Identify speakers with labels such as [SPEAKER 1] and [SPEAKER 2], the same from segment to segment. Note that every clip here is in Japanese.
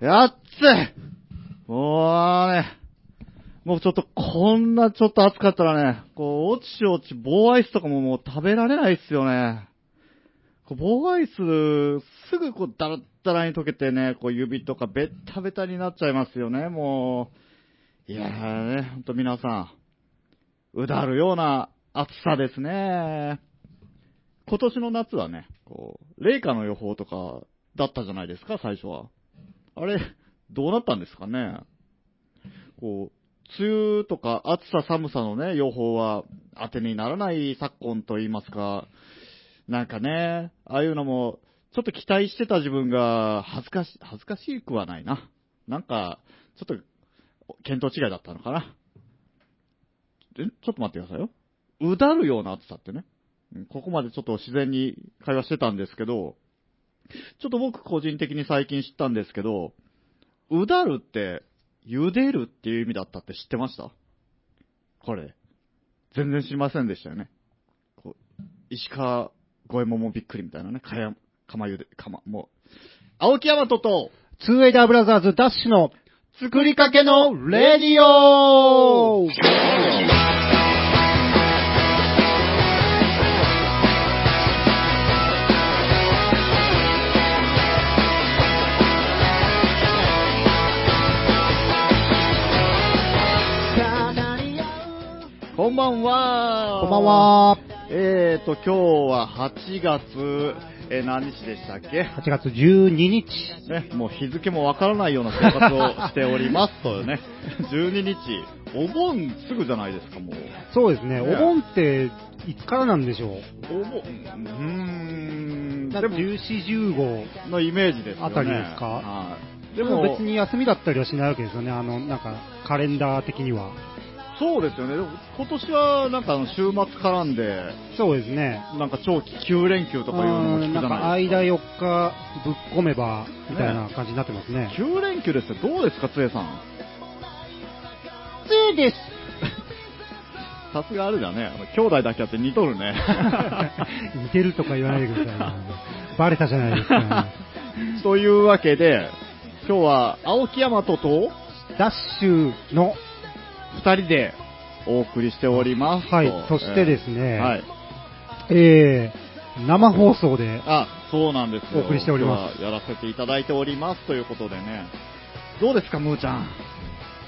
[SPEAKER 1] やっつもうね、もうちょっとこんなちょっと暑かったらね、こう、落ち落ち棒アイスとかももう食べられないっすよね。こう棒アイス、すぐこう、だらだらに溶けてね、こう指とかベッタベタになっちゃいますよね、もう。いやーね、ほんと皆さん、うだるような暑さですね。今年の夏はね、こう、冷夏の予報とかだったじゃないですか、最初は。あれ、どうなったんですかね。こう、梅雨とか暑さ寒さのね、予報は当てにならない昨今と言いますか、なんかね、ああいうのも、ちょっと期待してた自分が恥ずかし、恥ずかしくはないな。なんか、ちょっと、見当違いだったのかな。え、ちょっと待ってくださいよ。うだるような暑さってね。うんここまでちょっと自然に会話してたんですけど、ちょっと僕個人的に最近知ったんですけど、うだるって、茹でるっていう意味だったって知ってましたこれ。全然知りませんでしたよね。こう石川五右衛門もびっくりみたいなね。かや、かまゆで、かま、もう。青木山とと、
[SPEAKER 2] ツーエイダーブラザーズダッシュの
[SPEAKER 1] 作りかけのレディ
[SPEAKER 2] オ
[SPEAKER 1] こんばんは
[SPEAKER 2] こんばん。は。
[SPEAKER 1] えーと、今日は8月、えー何日でしたっけ
[SPEAKER 2] 8月12日。
[SPEAKER 1] ね、もう日付もわからないような生活をしており ます。そうよね。12日、お盆すぐじゃないですか、もう。
[SPEAKER 2] そうですね。
[SPEAKER 1] ね
[SPEAKER 2] お盆って、いつからなんでしょう
[SPEAKER 1] お盆、うーん、でも、
[SPEAKER 2] ?14、15。
[SPEAKER 1] のイメージですよね。
[SPEAKER 2] あたりですか
[SPEAKER 1] はい。
[SPEAKER 2] で
[SPEAKER 1] で
[SPEAKER 2] も
[SPEAKER 1] も、
[SPEAKER 2] 別に休みだったりはしないわけですよね。あの、なんか、カレンダー的には。
[SPEAKER 1] そうですよね。でも今年は、なんかあの、週末絡んで、
[SPEAKER 2] そうですね。
[SPEAKER 1] なんか長期9連休とかいうのも
[SPEAKER 2] うん
[SPEAKER 1] 聞くじ
[SPEAKER 2] なん
[SPEAKER 1] ゃ
[SPEAKER 2] か
[SPEAKER 1] ないです
[SPEAKER 2] 間4日ぶっ込めば、みたいな感じになってますね。
[SPEAKER 1] か。9連休ですよ。どうですか、つえさん。
[SPEAKER 2] ついです。
[SPEAKER 1] さすがあれだね。あの兄弟だけあって似とるね。
[SPEAKER 2] 似てるとか言わないでくださいね。 バレたじゃないですか。
[SPEAKER 1] というわけで、今日は青木山とと
[SPEAKER 2] ダッシュの、
[SPEAKER 1] 2人でお送りしておりますと。
[SPEAKER 2] はいそしてですね
[SPEAKER 1] えーはい。
[SPEAKER 2] えー、生放送で、
[SPEAKER 1] あ、そうなんですよ。
[SPEAKER 2] お送りしております
[SPEAKER 1] 今日はやらせていただいておりますということでね。どうですか、むーちゃん。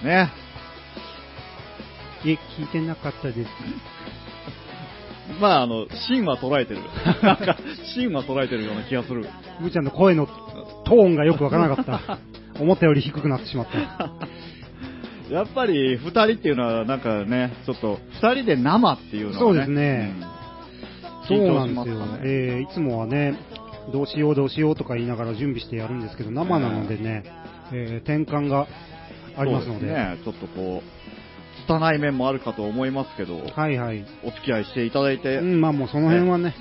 [SPEAKER 1] ね。
[SPEAKER 2] え、聞いてなかったです。
[SPEAKER 1] まあ、あの、芯は捉えてる。 なんか、芯は捉えてるような気がする。
[SPEAKER 2] むーちゃんの声のトーンがよくわからなかった。思ったより低くなってしまった。
[SPEAKER 1] やっぱり2人っていうのは、なんかね、ちょっと2人で生っていうのはね。
[SPEAKER 2] そうですね
[SPEAKER 1] う
[SPEAKER 2] そ
[SPEAKER 1] ん。
[SPEAKER 2] う
[SPEAKER 1] 緊
[SPEAKER 2] な
[SPEAKER 1] 張し
[SPEAKER 2] んで
[SPEAKER 1] ますす
[SPEAKER 2] よ
[SPEAKER 1] か。ね。
[SPEAKER 2] えーいつもはね、どうしようどうしようとか言いながら準備してやるんですけど、生なのでね、えー転換がありますの
[SPEAKER 1] そう
[SPEAKER 2] で。
[SPEAKER 1] すね、ちょっとこう、拙い面もあるかと思いますけど、
[SPEAKER 2] はいはい。
[SPEAKER 1] お付き合いしていただいて、
[SPEAKER 2] うん、まあもうその辺はね、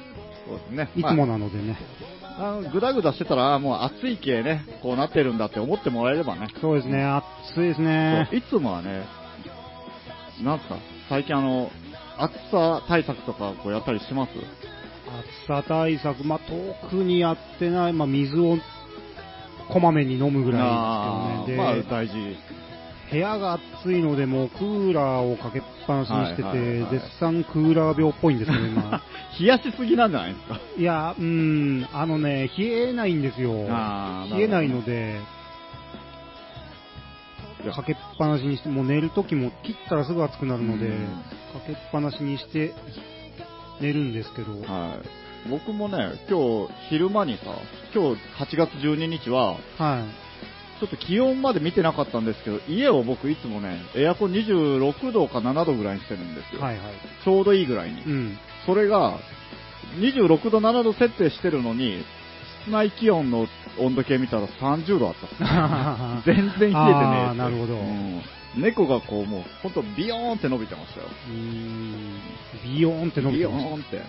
[SPEAKER 1] そうですね。
[SPEAKER 2] いつもなのでね。
[SPEAKER 1] まああのぐだぐだしてたら、もう暑い系ね、こうなってるんだって思ってもらえればね。
[SPEAKER 2] そうですね、暑いですね。
[SPEAKER 1] そういつもはね、なんすか、最近あの、暑さ対策とかこうやったりしてます
[SPEAKER 2] 暑さ対策、まあ、特にやってない、まあ、水をこまめに飲むぐらいです
[SPEAKER 1] あー
[SPEAKER 2] けどね、で、
[SPEAKER 1] まあ大事です。
[SPEAKER 2] 部屋が暑いので、もうクーラーをかけっぱなしにしてて、
[SPEAKER 1] はいはいはい
[SPEAKER 2] 絶賛クーラー病っぽいんですよ、今。
[SPEAKER 1] 冷やしすぎなんじゃないですか。
[SPEAKER 2] いや、うーん、あのね、冷えないんですよ、
[SPEAKER 1] あー
[SPEAKER 2] 冷えないので、
[SPEAKER 1] いや
[SPEAKER 2] かけっぱなしにして、もう寝るときも切ったらすぐ暑くなるので、
[SPEAKER 1] うん
[SPEAKER 2] かけっぱなしにして寝るんですけど、
[SPEAKER 1] はい。僕もね、今日昼間にさ、今日8月12日は、
[SPEAKER 2] はい
[SPEAKER 1] ちょっと気温まで見てなかったんですけど、家を僕いつもね、エアコン26度か7度ぐらいにしてるんですよ。
[SPEAKER 2] はいはい。
[SPEAKER 1] ちょうどいいぐらいに。
[SPEAKER 2] うん。
[SPEAKER 1] それが、26度、7度設定してるのに、室内気温の温度計見たら30度あったっす 全然冷えてねえって
[SPEAKER 2] あーなるほど
[SPEAKER 1] うん猫がこうもう、ほんとビヨーンって伸びてましたよ。
[SPEAKER 2] うーんビヨーンって伸
[SPEAKER 1] ビ
[SPEAKER 2] び
[SPEAKER 1] ヨ
[SPEAKER 2] てま
[SPEAKER 1] ー
[SPEAKER 2] し。
[SPEAKER 1] ンって。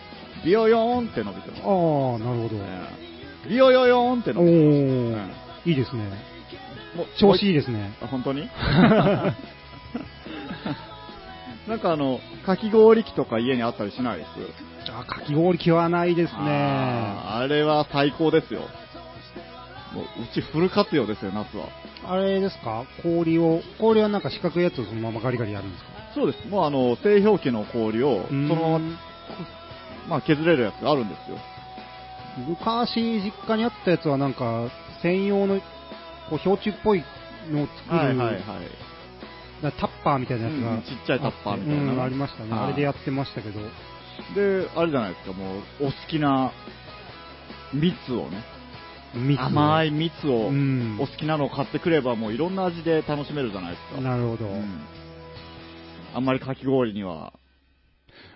[SPEAKER 1] ビヨヨーンって伸びてましたた。
[SPEAKER 2] ああ、なるほど。
[SPEAKER 1] うんビヨヨヨーンって
[SPEAKER 2] お
[SPEAKER 1] 伸
[SPEAKER 2] お
[SPEAKER 1] びて
[SPEAKER 2] ー、
[SPEAKER 1] うん
[SPEAKER 2] いいですね。
[SPEAKER 1] まもう
[SPEAKER 2] 調子いいですね。
[SPEAKER 1] あ本当 になんかあの、かき氷機とか家にあったりしないです
[SPEAKER 2] あかき氷気はないですね。
[SPEAKER 1] あーあれは最高ですよ。もううちフル活用ですよ、夏は。
[SPEAKER 2] あれですか氷を、氷はなんか四角いやつをそのままガリガリやるんですか
[SPEAKER 1] そうです。もうあの、製氷機の氷を、そのま
[SPEAKER 2] うー
[SPEAKER 1] ま、
[SPEAKER 2] ん
[SPEAKER 1] まあ、削れるやつがあるんですよ。
[SPEAKER 2] 昔実家にあったやつはなんか専用のこう氷柱っぽいのを作る、
[SPEAKER 1] はいはいはい。
[SPEAKER 2] なんかタッパーみたいなやつが、
[SPEAKER 1] うんちっちゃいタッパーみたいな
[SPEAKER 2] あってうんありましたね、
[SPEAKER 1] はい
[SPEAKER 2] あれでやってましたけど
[SPEAKER 1] で、あれじゃないですか、もう、お好きな蜜をね、
[SPEAKER 2] 蜜を
[SPEAKER 1] 甘い蜜を、
[SPEAKER 2] うん
[SPEAKER 1] お好きなのを買ってくれば、もういろんな味で楽しめるじゃないですか。
[SPEAKER 2] なるほど、
[SPEAKER 1] うんあんまりかき氷には。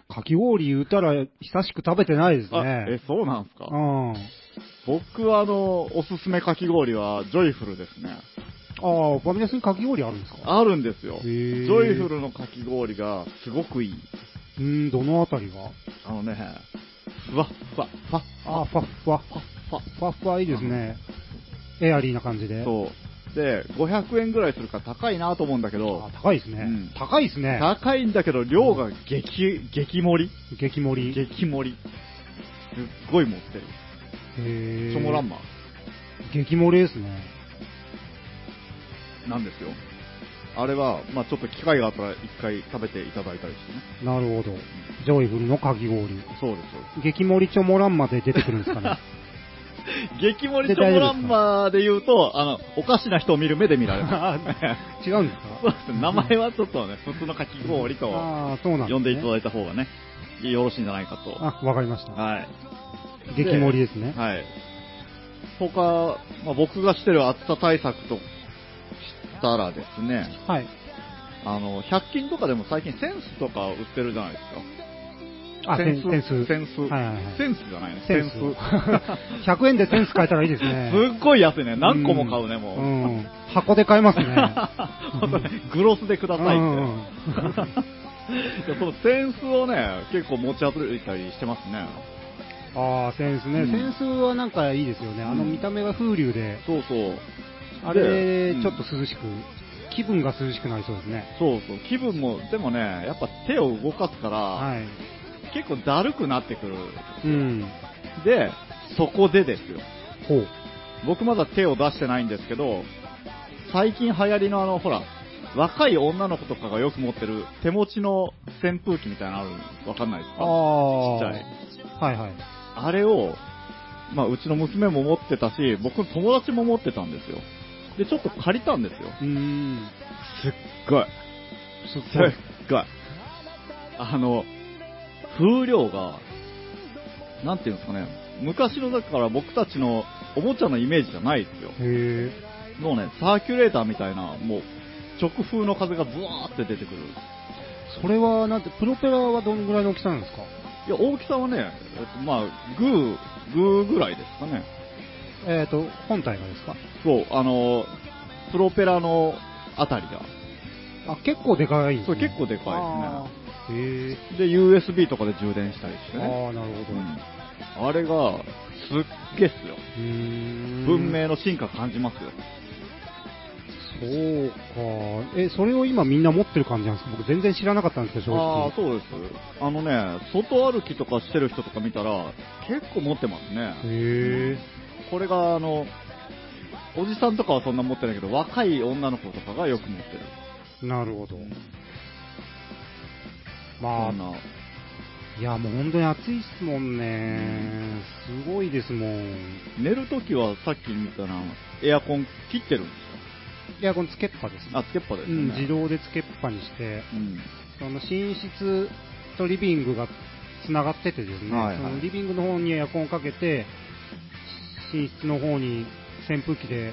[SPEAKER 2] かき氷言うたら久しく食べてないです
[SPEAKER 1] あ、
[SPEAKER 2] ね
[SPEAKER 1] え、そうなんですか
[SPEAKER 2] うん、あ
[SPEAKER 1] 僕はあの、おすすめかき氷は、ジョイフルですね。
[SPEAKER 2] あファミレスにかき氷あるんですか
[SPEAKER 1] あるんですよ。
[SPEAKER 2] へ
[SPEAKER 1] ジ
[SPEAKER 2] ー
[SPEAKER 1] ョイフルのかき氷が、すごくいい。
[SPEAKER 2] うんどのあたりが
[SPEAKER 1] あのね、ふわっふわ、ふわっ
[SPEAKER 2] ああふわっふわ
[SPEAKER 1] ふわっふわ。
[SPEAKER 2] ふわっふわいいですねエアリーな感じで
[SPEAKER 1] そう。で、500円ぐらいするから高いなと思うんだけど
[SPEAKER 2] あ、高いですね、
[SPEAKER 1] うん
[SPEAKER 2] 高いですね
[SPEAKER 1] 高いんだけど量が激、激盛
[SPEAKER 2] 激盛
[SPEAKER 1] り
[SPEAKER 2] りへ
[SPEAKER 1] 激盛り。すっごい持ってる。チ
[SPEAKER 2] え
[SPEAKER 1] ョモランマ
[SPEAKER 2] 激盛りですね
[SPEAKER 1] なんですよ。あれは、まあちょっと機会があったら一回食べていただいたりしてね。
[SPEAKER 2] なるほどジョイフルのかき
[SPEAKER 1] そう
[SPEAKER 2] 氷
[SPEAKER 1] です、そうで
[SPEAKER 2] 激盛りチョモランまで出てくるんです かね
[SPEAKER 1] す。激盛りチョモランマで言うと、あの、おかしな人を見る目で見られます。
[SPEAKER 2] 違うんですか
[SPEAKER 1] そうですね。名前はちょっとね、普通のかき氷と
[SPEAKER 2] ああそうなんです、ね、
[SPEAKER 1] 呼んでいただいた方がね、よろしいんじゃないかと。
[SPEAKER 2] あわかりました
[SPEAKER 1] はい。
[SPEAKER 2] 激盛りですね
[SPEAKER 1] はい。他、まあ、僕がしてる暑さ対策としたらですね、
[SPEAKER 2] はい
[SPEAKER 1] あの、100均とかでも最近センスとか売ってるじゃないですか。
[SPEAKER 2] あセンセンス
[SPEAKER 1] センス。
[SPEAKER 2] はいはいはい
[SPEAKER 1] センスじゃないね。
[SPEAKER 2] センス 100円でセンス買えたらいいですね
[SPEAKER 1] すっごい安いね。何個も買うね、もう。
[SPEAKER 2] んん箱で買え ますね
[SPEAKER 1] グロスでくださ いって。
[SPEAKER 2] うん
[SPEAKER 1] いやそのセンスをね、結構持ち歩いたりしてますね。
[SPEAKER 2] ああセンスね、
[SPEAKER 1] うん
[SPEAKER 2] センスはなんかいいですよねあの見た目が風流で
[SPEAKER 1] そうそう。
[SPEAKER 2] あれ
[SPEAKER 1] で
[SPEAKER 2] ちょっと涼しく、気分が涼しくなりそうですね
[SPEAKER 1] そうそう、気分も、でもね、やっぱ手を動かすから、
[SPEAKER 2] はい
[SPEAKER 1] 結構だるくなってくる。
[SPEAKER 2] うん
[SPEAKER 1] で、そこでですよ。
[SPEAKER 2] ほう
[SPEAKER 1] 僕まだ手を出してないんですけど、最近流行りのあの、ほら、若い女の子とかがよく持ってる手持ちの扇風機みたいなのあるわかんないですかち
[SPEAKER 2] ああ
[SPEAKER 1] っ
[SPEAKER 2] はいはい
[SPEAKER 1] あれを、まあ、うちの娘も持ってたし、僕の友達も持ってたんですよ。で、ちょっと借りたんですよ。
[SPEAKER 2] うーん
[SPEAKER 1] すっごい。
[SPEAKER 2] すっ
[SPEAKER 1] すっごい。あの、風量が、なんていうんですかね、昔のだから僕たちのおもちゃのイメージじゃないですよ。
[SPEAKER 2] へえ
[SPEAKER 1] もうね、サーキュレーターみたいな、もう、直風の風がブワーって出てくる。
[SPEAKER 2] それはなんてプロペラはどのぐらいの大きさなんですか
[SPEAKER 1] いや、大きさはね、えっと、まあ、グー、グーぐらいですかね。
[SPEAKER 2] えっ、ー、と本体がですか
[SPEAKER 1] そう、あの、プロペラのあたりが。
[SPEAKER 2] あ結構でかいです
[SPEAKER 1] そう、
[SPEAKER 2] ね
[SPEAKER 1] 結構でか
[SPEAKER 2] あーへえ
[SPEAKER 1] いですね。で、USB とかで充電したりしてね。
[SPEAKER 2] ああなるほ
[SPEAKER 1] う
[SPEAKER 2] ど
[SPEAKER 1] んあれが、すっげえっすよ。
[SPEAKER 2] うーん
[SPEAKER 1] 文明の進化感じますよ。
[SPEAKER 2] そうかえそれを今みんな持ってる感じなんですか僕全然知らなかったんですけど正
[SPEAKER 1] ああ
[SPEAKER 2] 直
[SPEAKER 1] ー、そうです。あのね、外歩きとかしてる人とか見たら、結構持ってますね。
[SPEAKER 2] へえ
[SPEAKER 1] これが、あの、おじさんとかはそんな持ってないけど、若い女の子とかがよく持ってる。
[SPEAKER 2] なるほどま
[SPEAKER 1] そ
[SPEAKER 2] あ
[SPEAKER 1] んな。
[SPEAKER 2] いやもう本当に暑いっすもんねすごいですもん
[SPEAKER 1] 寝るときはさっき見たら、エアコン切ってるんで
[SPEAKER 2] エアコンつけっぱです
[SPEAKER 1] す
[SPEAKER 2] ね
[SPEAKER 1] よ。あ、つけっぱです
[SPEAKER 2] う
[SPEAKER 1] よ
[SPEAKER 2] ん
[SPEAKER 1] ね。
[SPEAKER 2] 自動でつけっぱにして
[SPEAKER 1] うん。
[SPEAKER 2] その寝室とリビングがつながっててですね、
[SPEAKER 1] はいはい
[SPEAKER 2] そのリビングの方にエアコンをかけて、寝室の方に扇風機で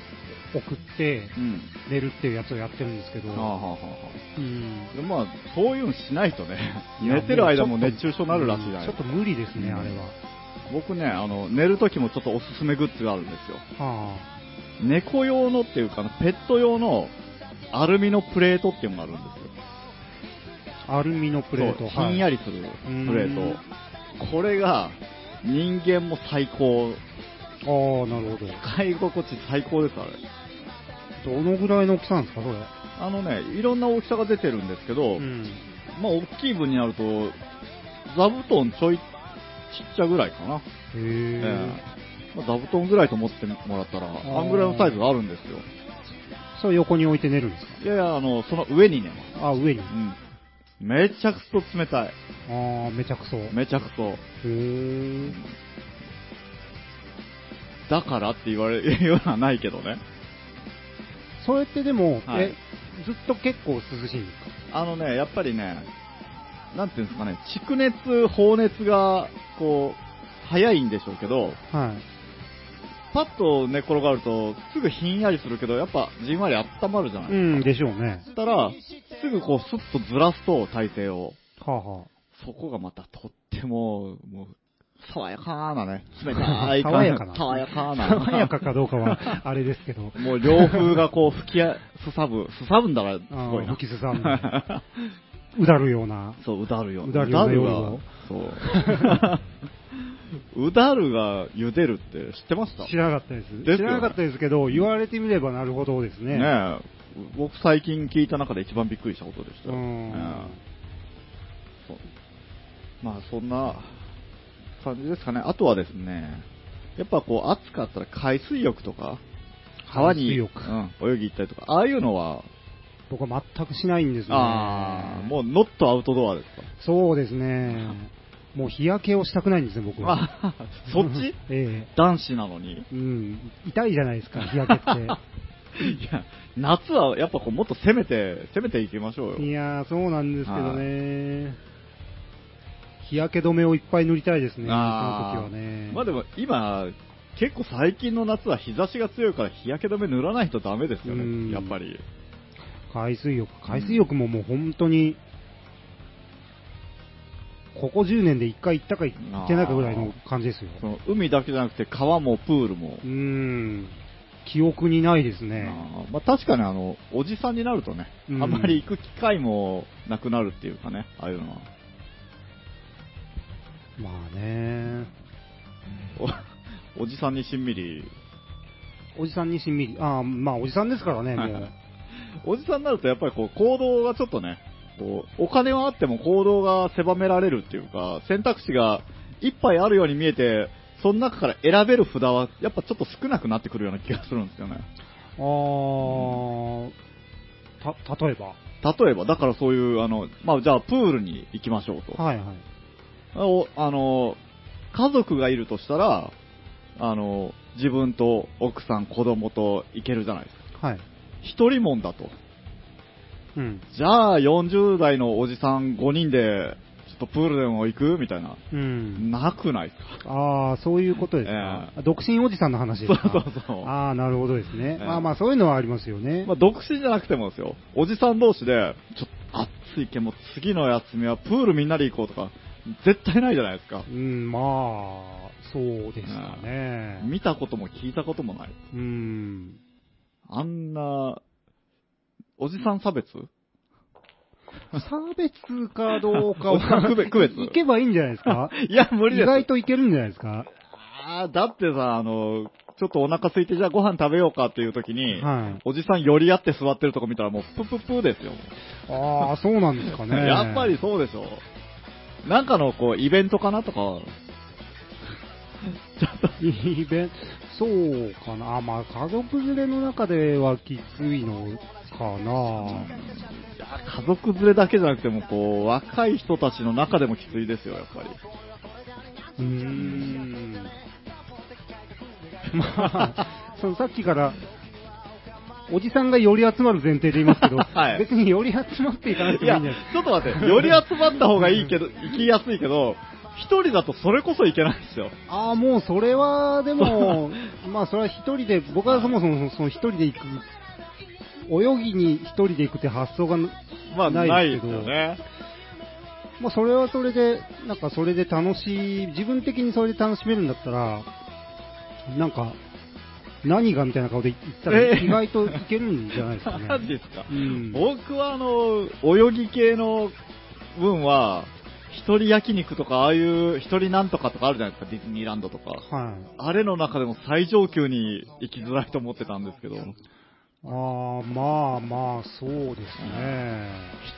[SPEAKER 2] 送って、
[SPEAKER 1] うん。
[SPEAKER 2] 寝るっていうやつをやってるんですけど、
[SPEAKER 1] はあはあはあは
[SPEAKER 2] うん
[SPEAKER 1] あでまあ、そういうのしないとね、寝てる間も熱中症になるらしいじゃない
[SPEAKER 2] ちょ
[SPEAKER 1] です
[SPEAKER 2] っと
[SPEAKER 1] か。
[SPEAKER 2] 無理ですね、
[SPEAKER 1] うん
[SPEAKER 2] あれは。
[SPEAKER 1] 僕ね、あの、寝るときもちょっとおすすめグッズがあるんですよ。
[SPEAKER 2] は
[SPEAKER 1] 猫用のっていうか、ペット用のアルミのプレートっていうのがあるんですよ。
[SPEAKER 2] あ、アルミのプレート。
[SPEAKER 1] そうひんや
[SPEAKER 2] り。
[SPEAKER 1] りするプレ
[SPEAKER 2] う
[SPEAKER 1] ート。これが、人間も最高。
[SPEAKER 2] ああ、なるほ
[SPEAKER 1] 使い心地最高です、あれ。
[SPEAKER 2] ど。どのぐらいの大きさなんですか、それ。
[SPEAKER 1] あのね、いろんな大きさが出てるんですけど、
[SPEAKER 2] うん。
[SPEAKER 1] まあ大きい分になると、座布団ちょいちっちゃぐらいかな。
[SPEAKER 2] へえ
[SPEAKER 1] えまあ座布団ぐらいと思ってもらったら、
[SPEAKER 2] ー
[SPEAKER 1] あんぐらいのサイズがあるんですよ。
[SPEAKER 2] それ横に置いて寝るんです
[SPEAKER 1] いやいや、あの、その上にね、
[SPEAKER 2] かあ、上に。
[SPEAKER 1] うん。めちゃくそ冷たい。
[SPEAKER 2] ああ、めちゃくそ。へ
[SPEAKER 1] めちゃくそ。
[SPEAKER 2] え。
[SPEAKER 1] だからって言われるようなないけどね。
[SPEAKER 2] それってでも、
[SPEAKER 1] はい
[SPEAKER 2] え、ずっと結構涼しいんですか
[SPEAKER 1] あのね、やっぱりね、なんていうんですかね、蓄熱、放熱が、こう、早いんでしょうけど、
[SPEAKER 2] はい。
[SPEAKER 1] パッと寝転がると、すぐひんやりするけど、やっぱじんわり温まるじゃない。
[SPEAKER 2] う
[SPEAKER 1] そ
[SPEAKER 2] ん、でしょうね。
[SPEAKER 1] したら、すぐこう、スッとずらすと、体勢を。
[SPEAKER 2] はあ、は
[SPEAKER 1] そこがまたとっても、もう、爽やかなね、冷たい感じ。
[SPEAKER 2] 爽やかな
[SPEAKER 1] 爽やか
[SPEAKER 2] あ。
[SPEAKER 1] な。
[SPEAKER 2] 爽やかかどうかは、あれですけど。
[SPEAKER 1] もう、涼風がこう、吹きや、すさぶ、すさぶんだから、す
[SPEAKER 2] あ
[SPEAKER 1] ごい
[SPEAKER 2] ー
[SPEAKER 1] な
[SPEAKER 2] 吹。きすさんの、 うだるような。
[SPEAKER 1] そう、うだるよ。
[SPEAKER 2] うだるよ
[SPEAKER 1] うだ
[SPEAKER 2] ね
[SPEAKER 1] るがそう。う だるが茹でるって知ってました
[SPEAKER 2] 知らなかったです
[SPEAKER 1] ですよね
[SPEAKER 2] 知らなかったですけど、言われてみればなるほどですね。
[SPEAKER 1] ねえ僕最近聞いた中で一番びっくりしたことでした
[SPEAKER 2] う
[SPEAKER 1] よ。
[SPEAKER 2] ん
[SPEAKER 1] ねえそうまあそんな感じですかね。あとはですね、やっぱこう暑かったら海水浴とか、川に、
[SPEAKER 2] 海水
[SPEAKER 1] う
[SPEAKER 2] 浴
[SPEAKER 1] ん、泳ぎ行ったりとか、ああいうのは、
[SPEAKER 2] 僕は全くしないんですね。
[SPEAKER 1] ああ、もうノットアウトドアですか。
[SPEAKER 2] そうですね。もう日焼けをしたくないんですね、僕は。
[SPEAKER 1] あそっち
[SPEAKER 2] え
[SPEAKER 1] 男子なのに。
[SPEAKER 2] えうん。痛いじゃないですか、日焼けっ
[SPEAKER 1] いや、夏はやっぱこうもっと攻めて、攻めていきましょう
[SPEAKER 2] て。い
[SPEAKER 1] よ。
[SPEAKER 2] やー、そうなんですけどね。日焼け止めをいっぱい塗りたいですね、その時
[SPEAKER 1] あー
[SPEAKER 2] はね。
[SPEAKER 1] まあでも今、結構最近の夏は日差しが強いから日焼け止め塗らないとダメですよ
[SPEAKER 2] う
[SPEAKER 1] ね、
[SPEAKER 2] ん
[SPEAKER 1] やっぱり。
[SPEAKER 2] 海水浴、海水浴ももう本当に、ここ10年で1回行ったか行ってないかぐらいの感じですよ。
[SPEAKER 1] その海だけじゃなくて川もプールも
[SPEAKER 2] う。ーん、記憶にないですね。
[SPEAKER 1] あーまあ確かにあの、おじさんになるとね、
[SPEAKER 2] うん
[SPEAKER 1] あんまり行く機会もなくなるっていうかね、ああいうのは。
[SPEAKER 2] まあね、
[SPEAKER 1] おお じさんにしんみり。
[SPEAKER 2] おじさんにしんみり、ああ、まあおじさんです からね、も。
[SPEAKER 1] はいうおじさんになるとやっぱりこう行動がちょっとね、こうお金はあっても行動が狭められるっていうか、選択肢がいっぱいあるように見えて、その中から選べる札はやっぱちょっと少なくなってくるような気がするんですよね。
[SPEAKER 2] ああ、た、例えば。
[SPEAKER 1] 例えば、だからそういう、あの、まあ、じゃあプールに行きましょうと。
[SPEAKER 2] はいはい。
[SPEAKER 1] おあの、家族がいるとしたら、あの、自分と奥さん、子供と行けるじゃないですか。
[SPEAKER 2] はい。
[SPEAKER 1] 一人もんだと。
[SPEAKER 2] うん。
[SPEAKER 1] じゃあ40代のおじさん5人で、ちょっとプールでも行くみたいな。
[SPEAKER 2] うん。
[SPEAKER 1] なくないですか
[SPEAKER 2] ああ、そういうことですか。独身おじさんの話ですか。
[SPEAKER 1] そうそうそう
[SPEAKER 2] ああ、なるほどですね。
[SPEAKER 1] ええ
[SPEAKER 2] まあまあ、そういうのはありますよね。
[SPEAKER 1] まあ、独身じゃなくてもですよ。おじさん同士で、ちょっと暑いけん、もう次の休みはプールみんなで行こうとか、絶対ないじゃないですか
[SPEAKER 2] う。ん、まあ、そうですかね。
[SPEAKER 1] 見たことも聞いたこともない。
[SPEAKER 2] うん。
[SPEAKER 1] あんな、おじさん差別
[SPEAKER 2] 差別かどうか
[SPEAKER 1] おじさん
[SPEAKER 2] は、
[SPEAKER 1] 区別区別
[SPEAKER 2] いけばいいんじゃないですか
[SPEAKER 1] いや、無理
[SPEAKER 2] 意
[SPEAKER 1] です。
[SPEAKER 2] 外といけるんじゃないですか
[SPEAKER 1] あーだってさ、あの、ちょっとお腹空いて、じゃあご飯食べようかっていう時に、
[SPEAKER 2] はい。
[SPEAKER 1] おじさん寄り合って座ってるとこ見たらもうプププーですよ。
[SPEAKER 2] ああ、そうなんですか ね。
[SPEAKER 1] やっぱり。そうでしょ。なんかのこう、イベントかなとか、
[SPEAKER 2] イベント、そうかな。あまあ、家族連れの中ではきついのかな。
[SPEAKER 1] いや家族連れだけじゃなくてもこう若い人たちの中でもきついですよやっぱり
[SPEAKER 2] うーん。まあ、そのさっきから、おじさんがより集まる前提で言いますけ ど、
[SPEAKER 1] はい
[SPEAKER 2] 別により集まっていかなくて
[SPEAKER 1] い
[SPEAKER 2] も
[SPEAKER 1] や
[SPEAKER 2] いいんじゃないですか
[SPEAKER 1] ちょっと待ってより集まった方がいいけど行きやすいけど一人だとそれこそ行けないですよ
[SPEAKER 2] ああ、もうそれは、でも、 まあそれは一人で、僕はそもそもその一人で行く、泳ぎに一人で行くって発想が、
[SPEAKER 1] まあ
[SPEAKER 2] な
[SPEAKER 1] ないい
[SPEAKER 2] で
[SPEAKER 1] ですす
[SPEAKER 2] けど
[SPEAKER 1] よね
[SPEAKER 2] まあそれはそれで、なんかそれで楽しい、自分的にそれで楽しめるんだったら、なんか、何がみたいな顔で行ったら
[SPEAKER 1] ええ
[SPEAKER 2] 意外といけるんじゃないですか ね。
[SPEAKER 1] マジですか、
[SPEAKER 2] うん
[SPEAKER 1] 僕はあの泳ぎ系の分は一人焼肉とかああいう一人なんとかとかあるじゃないですかディズニーランドとか
[SPEAKER 2] はい。
[SPEAKER 1] あれの中でも最上級に行きづらいと思ってたんですけど
[SPEAKER 2] ああ、まあまあ、そうですね。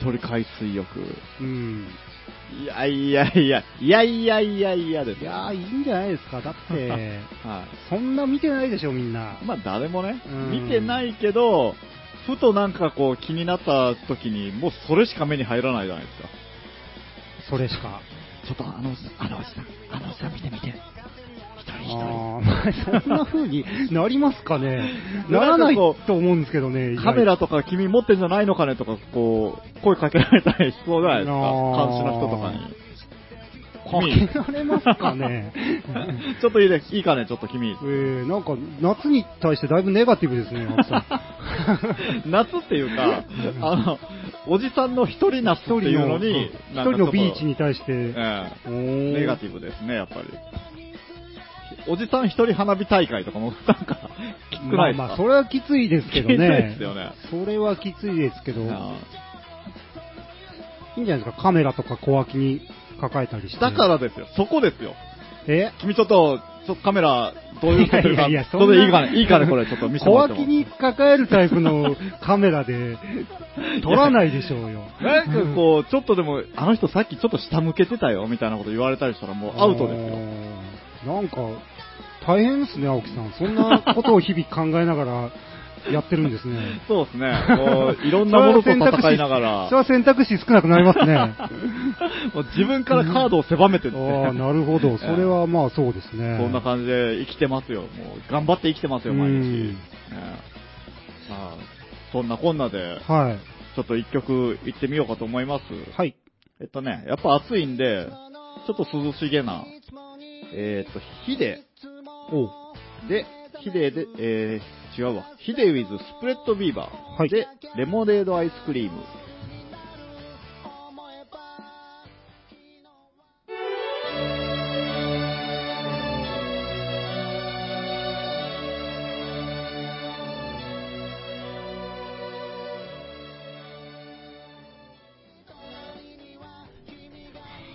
[SPEAKER 1] 一人海水浴
[SPEAKER 2] うん。
[SPEAKER 1] いやいやいや、いやいやいやいやです
[SPEAKER 2] い
[SPEAKER 1] よ
[SPEAKER 2] やー、いいんじゃないですか。だって、
[SPEAKER 1] は
[SPEAKER 2] そんな見てないでしょ、みんな。
[SPEAKER 1] い。まあ誰もね
[SPEAKER 2] う、ん
[SPEAKER 1] 見てないけど、ふとなんかこう気になった時に、もうそれしか目に入らないじゃないですか。
[SPEAKER 2] それしか。
[SPEAKER 1] ちょっとあの、あのおじさん、あのおじさん見て見て。一人一人。
[SPEAKER 2] あーそんな風になります かね。な
[SPEAKER 1] な
[SPEAKER 2] ら
[SPEAKER 1] んか
[SPEAKER 2] ない
[SPEAKER 1] こう
[SPEAKER 2] と思うんですけどね。意外と
[SPEAKER 1] カメラとか君持ってんじゃないのかねとか、こう、声かけられたりしそうじゃないですか。
[SPEAKER 2] あ
[SPEAKER 1] 監
[SPEAKER 2] ー
[SPEAKER 1] 視の人とかに。
[SPEAKER 2] かけられますかね。
[SPEAKER 1] ちょっといいでいいかね、ちょっと君
[SPEAKER 2] え。ー、なんか、夏に対してだいぶネガティブですね、松さ ん
[SPEAKER 1] 夏っていうか、あの、おじさんの一人夏って
[SPEAKER 2] 一
[SPEAKER 1] いう
[SPEAKER 2] 人
[SPEAKER 1] の
[SPEAKER 2] の、
[SPEAKER 1] に、
[SPEAKER 2] 一
[SPEAKER 1] なんか
[SPEAKER 2] 人
[SPEAKER 1] ちょっ
[SPEAKER 2] の
[SPEAKER 1] と
[SPEAKER 2] ビーチに対して、
[SPEAKER 1] え
[SPEAKER 2] お
[SPEAKER 1] え
[SPEAKER 2] ー
[SPEAKER 1] ネガティブですね、やっぱり。おじさん一人花火大会とかも、なんか、きつくないですか、
[SPEAKER 2] まあまあ、それはきついですけど
[SPEAKER 1] きついで
[SPEAKER 2] ね。
[SPEAKER 1] すよね
[SPEAKER 2] それはきついですけど、い
[SPEAKER 1] あ
[SPEAKER 2] いんじゃないですか、カメラとか小脇に抱えたりし
[SPEAKER 1] あ
[SPEAKER 2] て。
[SPEAKER 1] だからですよ、そこですよ。
[SPEAKER 2] え
[SPEAKER 1] 君ちょっと、ちょっとカメラ、どういうこと
[SPEAKER 2] いやいやいや
[SPEAKER 1] それでいいかね、いいかね、これ、ちょっと見せて
[SPEAKER 2] 小
[SPEAKER 1] もらっても
[SPEAKER 2] 脇に抱えるタイプのカメ ラで撮らないでしょうよ。
[SPEAKER 1] なんかこう、ちょっとでも、あの人さっきちょっと下向けてたよ、みたいなこと言われたりしたらもうアウトですよ。
[SPEAKER 2] あー。なんか、大変ですね、青木さん。そんなことを日々考えながらやってるんですね。
[SPEAKER 1] そうですね。 こう、いろんなものと戦いながら
[SPEAKER 2] それ、は選択肢少 なくなりますね。
[SPEAKER 1] もう自分からカードを狭めてです
[SPEAKER 2] ああ、
[SPEAKER 1] ね。
[SPEAKER 2] なるほど。それはまあそうですね。
[SPEAKER 1] そんな感じで生きてますよ。もう、頑張って生きてますよ、毎
[SPEAKER 2] う
[SPEAKER 1] 日。
[SPEAKER 2] ん
[SPEAKER 1] ねまあ、そんなこんなで、
[SPEAKER 2] はい。
[SPEAKER 1] ちょっと一曲行ってみようかと思います。
[SPEAKER 2] はい。
[SPEAKER 1] えっとね、やっぱ暑いんで、ちょっと涼しげな、えーっと、ヒデ
[SPEAKER 2] お
[SPEAKER 1] で、ヒデで、えー、違うわ。ヒデウィズスプレッドビーバー。
[SPEAKER 2] はい
[SPEAKER 1] で、レモネードアイスクリーム。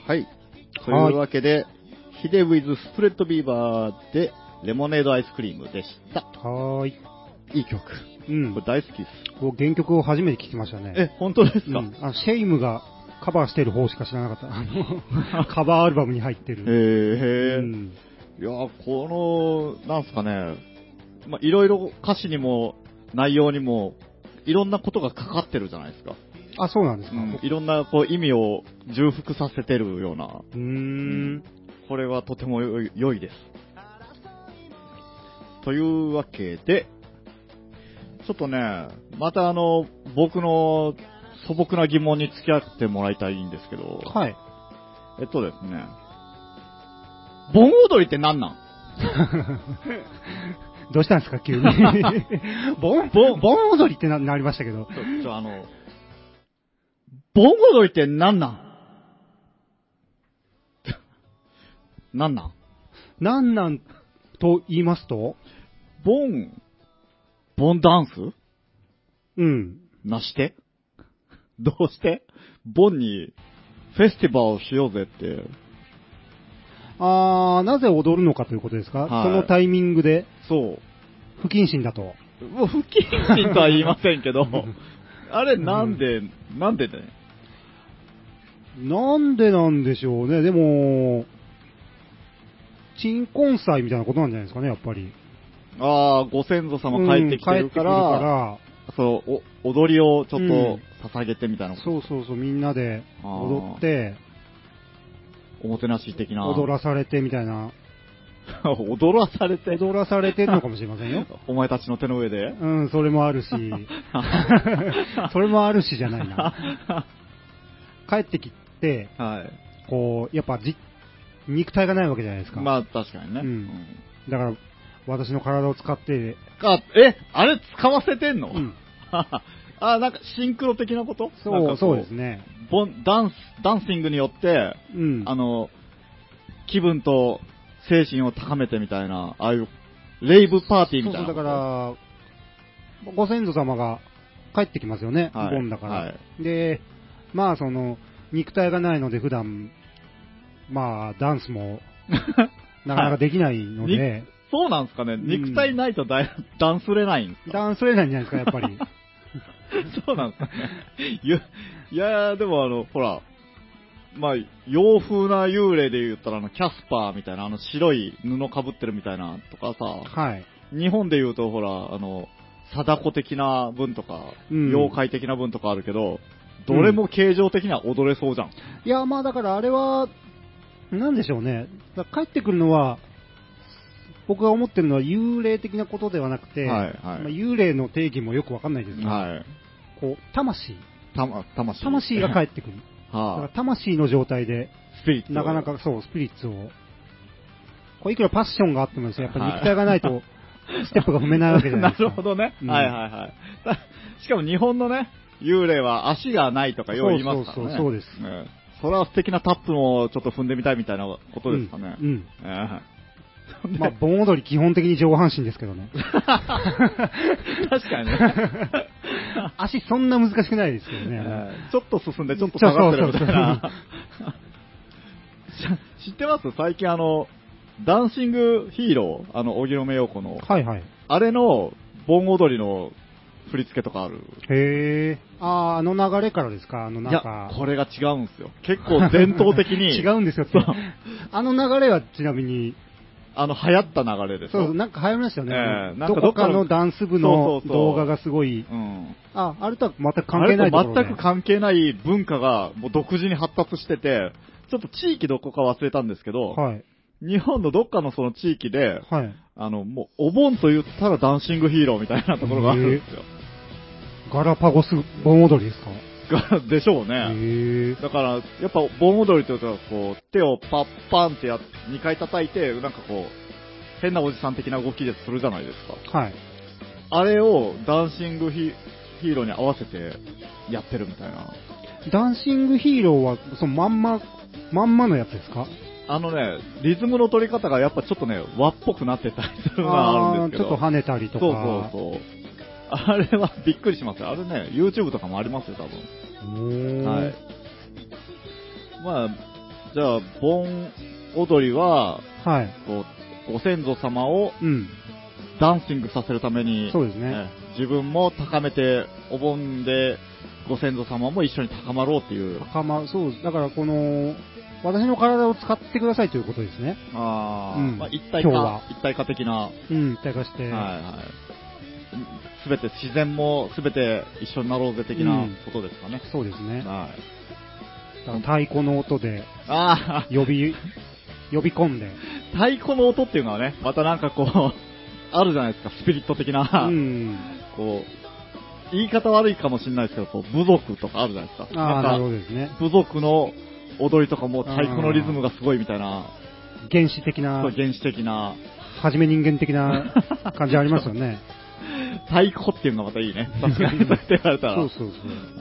[SPEAKER 1] はい。というわけで、ヒデウィズスプレッドビーバーで、レモネードアイスクリームでした。
[SPEAKER 2] はーい。
[SPEAKER 1] いい曲。
[SPEAKER 2] うん。
[SPEAKER 1] これ大好きです。
[SPEAKER 2] こう原曲を初めて聞きましたね。
[SPEAKER 1] え、本当です
[SPEAKER 2] う
[SPEAKER 1] か、
[SPEAKER 2] ん、あシェイムがカバーしてる方しか知らなかった。あ のカバーアルバムに入って
[SPEAKER 1] え
[SPEAKER 2] る。
[SPEAKER 1] ー、
[SPEAKER 2] うん
[SPEAKER 1] いやー、この、なんすかね、まあ、いろいろ歌詞にも、内容にも、いろんなことがかかってるじゃないですか。
[SPEAKER 2] あ、そうなんですか。
[SPEAKER 1] いろんなこう意味を重複させてるような、
[SPEAKER 2] うーん。
[SPEAKER 1] これはとてもよい良いです。というわけで、ちょっとね、またあの、僕の素朴な疑問に付き合ってもらいたいんですけど、
[SPEAKER 2] はい。
[SPEAKER 1] えっとですね、盆踊りって何なん
[SPEAKER 2] どうしたんですか、急 に。盆、
[SPEAKER 1] 盆
[SPEAKER 2] 盆踊りってななりましたけど。
[SPEAKER 1] ちょ、ちょ、あの、盆踊りって何なん 何なん
[SPEAKER 2] なんなんと言いますと、
[SPEAKER 1] 盆、盆ダンス
[SPEAKER 2] うん。
[SPEAKER 1] なしてどうして盆にフェスティバルをしようぜって。
[SPEAKER 2] あー、なぜ踊るのかということですか、
[SPEAKER 1] はい
[SPEAKER 2] そのタイミングで
[SPEAKER 1] そ
[SPEAKER 2] 不謹慎だ と。
[SPEAKER 1] う。もう不謹慎とは言いませんけど、 あれなんで、なんでね。
[SPEAKER 2] なんでなんでしょうね。でも、鎮魂祭みたいなことなんじゃないですかね、やっぱり。
[SPEAKER 1] ああ、ご先祖様帰ってきてるから、
[SPEAKER 2] うん帰って
[SPEAKER 1] そう、お踊りをち
[SPEAKER 2] う
[SPEAKER 1] ょ
[SPEAKER 2] ん
[SPEAKER 1] っと捧げてみたいな
[SPEAKER 2] くるから、そうそうそう、みんなで踊って、
[SPEAKER 1] おもてなし的な。
[SPEAKER 2] 踊らされてみたいな、
[SPEAKER 1] 踊らされて、
[SPEAKER 2] 踊らされてるのかもしれませ んよ。
[SPEAKER 1] お前たちの手の上 で。
[SPEAKER 2] うん、それもあるし、それもあるしじゃないな。帰ってきて、
[SPEAKER 1] はい。
[SPEAKER 2] こう、やっぱじ、肉体がないわけじゃないですか。
[SPEAKER 1] まあ、確かにね。
[SPEAKER 2] うん
[SPEAKER 1] うん
[SPEAKER 2] だから、私の体を使って、
[SPEAKER 1] か、え、あれ使わせてんの、
[SPEAKER 2] うん、
[SPEAKER 1] あ、なんかシンクロ的なことなんか
[SPEAKER 2] そ
[SPEAKER 1] こ
[SPEAKER 2] う、そうですね。
[SPEAKER 1] ボンダンス、ダンシングによって、
[SPEAKER 2] うん。
[SPEAKER 1] あの、気分と精神を高めてみたいな、ああいう、レイブパーティーみたいな
[SPEAKER 2] そ
[SPEAKER 1] こと。
[SPEAKER 2] うそう、だから、ご先祖様が帰ってきますよね、
[SPEAKER 1] はい
[SPEAKER 2] ボンだから、
[SPEAKER 1] はい
[SPEAKER 2] で、まあ、その、肉体がないので、普段、まあ、ダンスも、なかなかできないので、
[SPEAKER 1] に そうなんですかね。
[SPEAKER 2] ん
[SPEAKER 1] 肉体ないとだいダンスれないんですか
[SPEAKER 2] ダンスれないんじゃないですか、やっ ぱり。
[SPEAKER 1] そうなんですかね。いや、いやでもあの、ほら、まあ、洋風な幽霊で言ったら、あの、キャスパーみたいな、あの、白い布かぶってるみたいな、とかさ、
[SPEAKER 2] はい。
[SPEAKER 1] 日本で言うと、ほら、あの、貞子的な分とか、
[SPEAKER 2] うん
[SPEAKER 1] 妖怪的な分とかあるけど、どれも形状的には踊れそうじゃん。
[SPEAKER 2] いや、まあだからあれは、なんでしょうね。だから帰ってくるのは、僕が思ってるのは幽霊的なことではなくて、
[SPEAKER 1] はいはい
[SPEAKER 2] まあ、幽霊の定義もよくわかんないですが、
[SPEAKER 1] はい。
[SPEAKER 2] こう、魂。
[SPEAKER 1] たま、魂。
[SPEAKER 2] 魂が帰ってくる。だから
[SPEAKER 1] はあ、
[SPEAKER 2] 魂の状態で、
[SPEAKER 1] スピリット。
[SPEAKER 2] なかな。かそう、スピリッツを。こういくらパッションがあってもですね、やっぱり肉体がな いと、ステップが踏めないわけじゃな
[SPEAKER 1] ない
[SPEAKER 2] です
[SPEAKER 1] る
[SPEAKER 2] か。
[SPEAKER 1] ほどね。
[SPEAKER 2] うん
[SPEAKER 1] はいはいはい。 たしかも日本のね、幽霊は足がないとかよう言いますからね。
[SPEAKER 2] そうそうそうそうです
[SPEAKER 1] ねそれは素敵なタップもちょっと踏んでみたいみたいなことですかね。
[SPEAKER 2] うんうん
[SPEAKER 1] ええ
[SPEAKER 2] まあ、盆踊り基本的に上半身ですけ どね。
[SPEAKER 1] 確かに ね。
[SPEAKER 2] 足そんな難しくないですけどね。
[SPEAKER 1] ええちょっと進んで、ちょっと下がってるみたいな
[SPEAKER 2] そう。
[SPEAKER 1] し知ってます最近あの、ダンシングヒーロー、あの、荻野目洋子の、
[SPEAKER 2] はいはい。
[SPEAKER 1] あれの盆踊りの振り付けとかある。
[SPEAKER 2] へえ。ああ、あの流れからですかあの
[SPEAKER 1] い
[SPEAKER 2] なん
[SPEAKER 1] や
[SPEAKER 2] か。、
[SPEAKER 1] これが違うんですよ。結構伝統的に。
[SPEAKER 2] 違うんですよって
[SPEAKER 1] そう。
[SPEAKER 2] あの流れはちなみに、
[SPEAKER 1] あの、流行った流れです
[SPEAKER 2] そうそう、なんか流行りましたよね。
[SPEAKER 1] ええなん
[SPEAKER 2] ど
[SPEAKER 1] かどっ
[SPEAKER 2] こ
[SPEAKER 1] か
[SPEAKER 2] か
[SPEAKER 1] の
[SPEAKER 2] のダンス部の
[SPEAKER 1] そうそうそう
[SPEAKER 2] 動画がすごい、
[SPEAKER 1] うん。
[SPEAKER 2] あ、あれとは全く関係ないと
[SPEAKER 1] あ
[SPEAKER 2] こ
[SPEAKER 1] れと
[SPEAKER 2] ろで
[SPEAKER 1] 全く関係ない文化が、もう独自に発達してて、ちょっと地域どこか忘れたんですけど、
[SPEAKER 2] はい。
[SPEAKER 1] 日本のどっかのその地域で、
[SPEAKER 2] はい。
[SPEAKER 1] あの、もう、お盆と言ったらダンシングヒーローみたいなところがあるんですよ。
[SPEAKER 2] ガラパゴス盆踊りですか
[SPEAKER 1] がでしょう
[SPEAKER 2] へ
[SPEAKER 1] ね。
[SPEAKER 2] え。
[SPEAKER 1] だから、やっぱ盆踊りというと、こう、手をパッパンってやっ2回叩いて、なんかこう、変なおじさん的な動きでするじゃないですか。
[SPEAKER 2] はい。
[SPEAKER 1] あれをダンシングヒヒーローに合わせてやってるみたいな。
[SPEAKER 2] ダンシングヒーローは、そのまんま、まんまのやつです か
[SPEAKER 1] あのね、リズムの取り方がやっぱちょっとね、和っぽくなってたりするのがあるん
[SPEAKER 2] ー
[SPEAKER 1] ですけ
[SPEAKER 2] ちょっ
[SPEAKER 1] ど。
[SPEAKER 2] と跳ねたりとか。
[SPEAKER 1] そうそうそう。あれは びっくりしますよ。あれね、YouTube とかもありますよ、多分。
[SPEAKER 2] おー
[SPEAKER 1] はい。まあ、じゃあ、盆踊りは、
[SPEAKER 2] はい。
[SPEAKER 1] こう、ご先祖様を
[SPEAKER 2] うん。
[SPEAKER 1] ダンシングさせるために、
[SPEAKER 2] そうですね
[SPEAKER 1] え自分も高めて、お盆でご先祖様も一緒に高まろうっていう。
[SPEAKER 2] 高ま、そう、だからこの、私の体を使ってくださいということですね。
[SPEAKER 1] ああ、
[SPEAKER 2] うん
[SPEAKER 1] まあ、一体
[SPEAKER 2] 今日
[SPEAKER 1] 化
[SPEAKER 2] は、
[SPEAKER 1] 一体化的な、は
[SPEAKER 2] うん、一体化して。
[SPEAKER 1] いはい。すべて自然もすべて一緒になろうぜ的な
[SPEAKER 2] うん
[SPEAKER 1] ことですかね。
[SPEAKER 2] そうですね。
[SPEAKER 1] はい。
[SPEAKER 2] だから太鼓の音で
[SPEAKER 1] ああ、
[SPEAKER 2] 呼び、呼び込んで。
[SPEAKER 1] 太鼓の音っていうのはね、またなんかこう、 あるじゃないですか、スピリット的な、
[SPEAKER 2] うん。
[SPEAKER 1] こう、言い方悪いかもしれないですけど、こう部族とかあるじゃないですか。
[SPEAKER 2] ああ、な
[SPEAKER 1] な
[SPEAKER 2] るほ
[SPEAKER 1] んか、
[SPEAKER 2] どですね。
[SPEAKER 1] 部族の踊りとかも太鼓のリズムがすごいみたいな、
[SPEAKER 2] 原始的
[SPEAKER 1] そう
[SPEAKER 2] な、
[SPEAKER 1] 原始的な、
[SPEAKER 2] はじめ人間的な感じあります よね。
[SPEAKER 1] 太鼓っていうのがまたいいね。確かに、そうやって言われたら。
[SPEAKER 2] そうそうそう。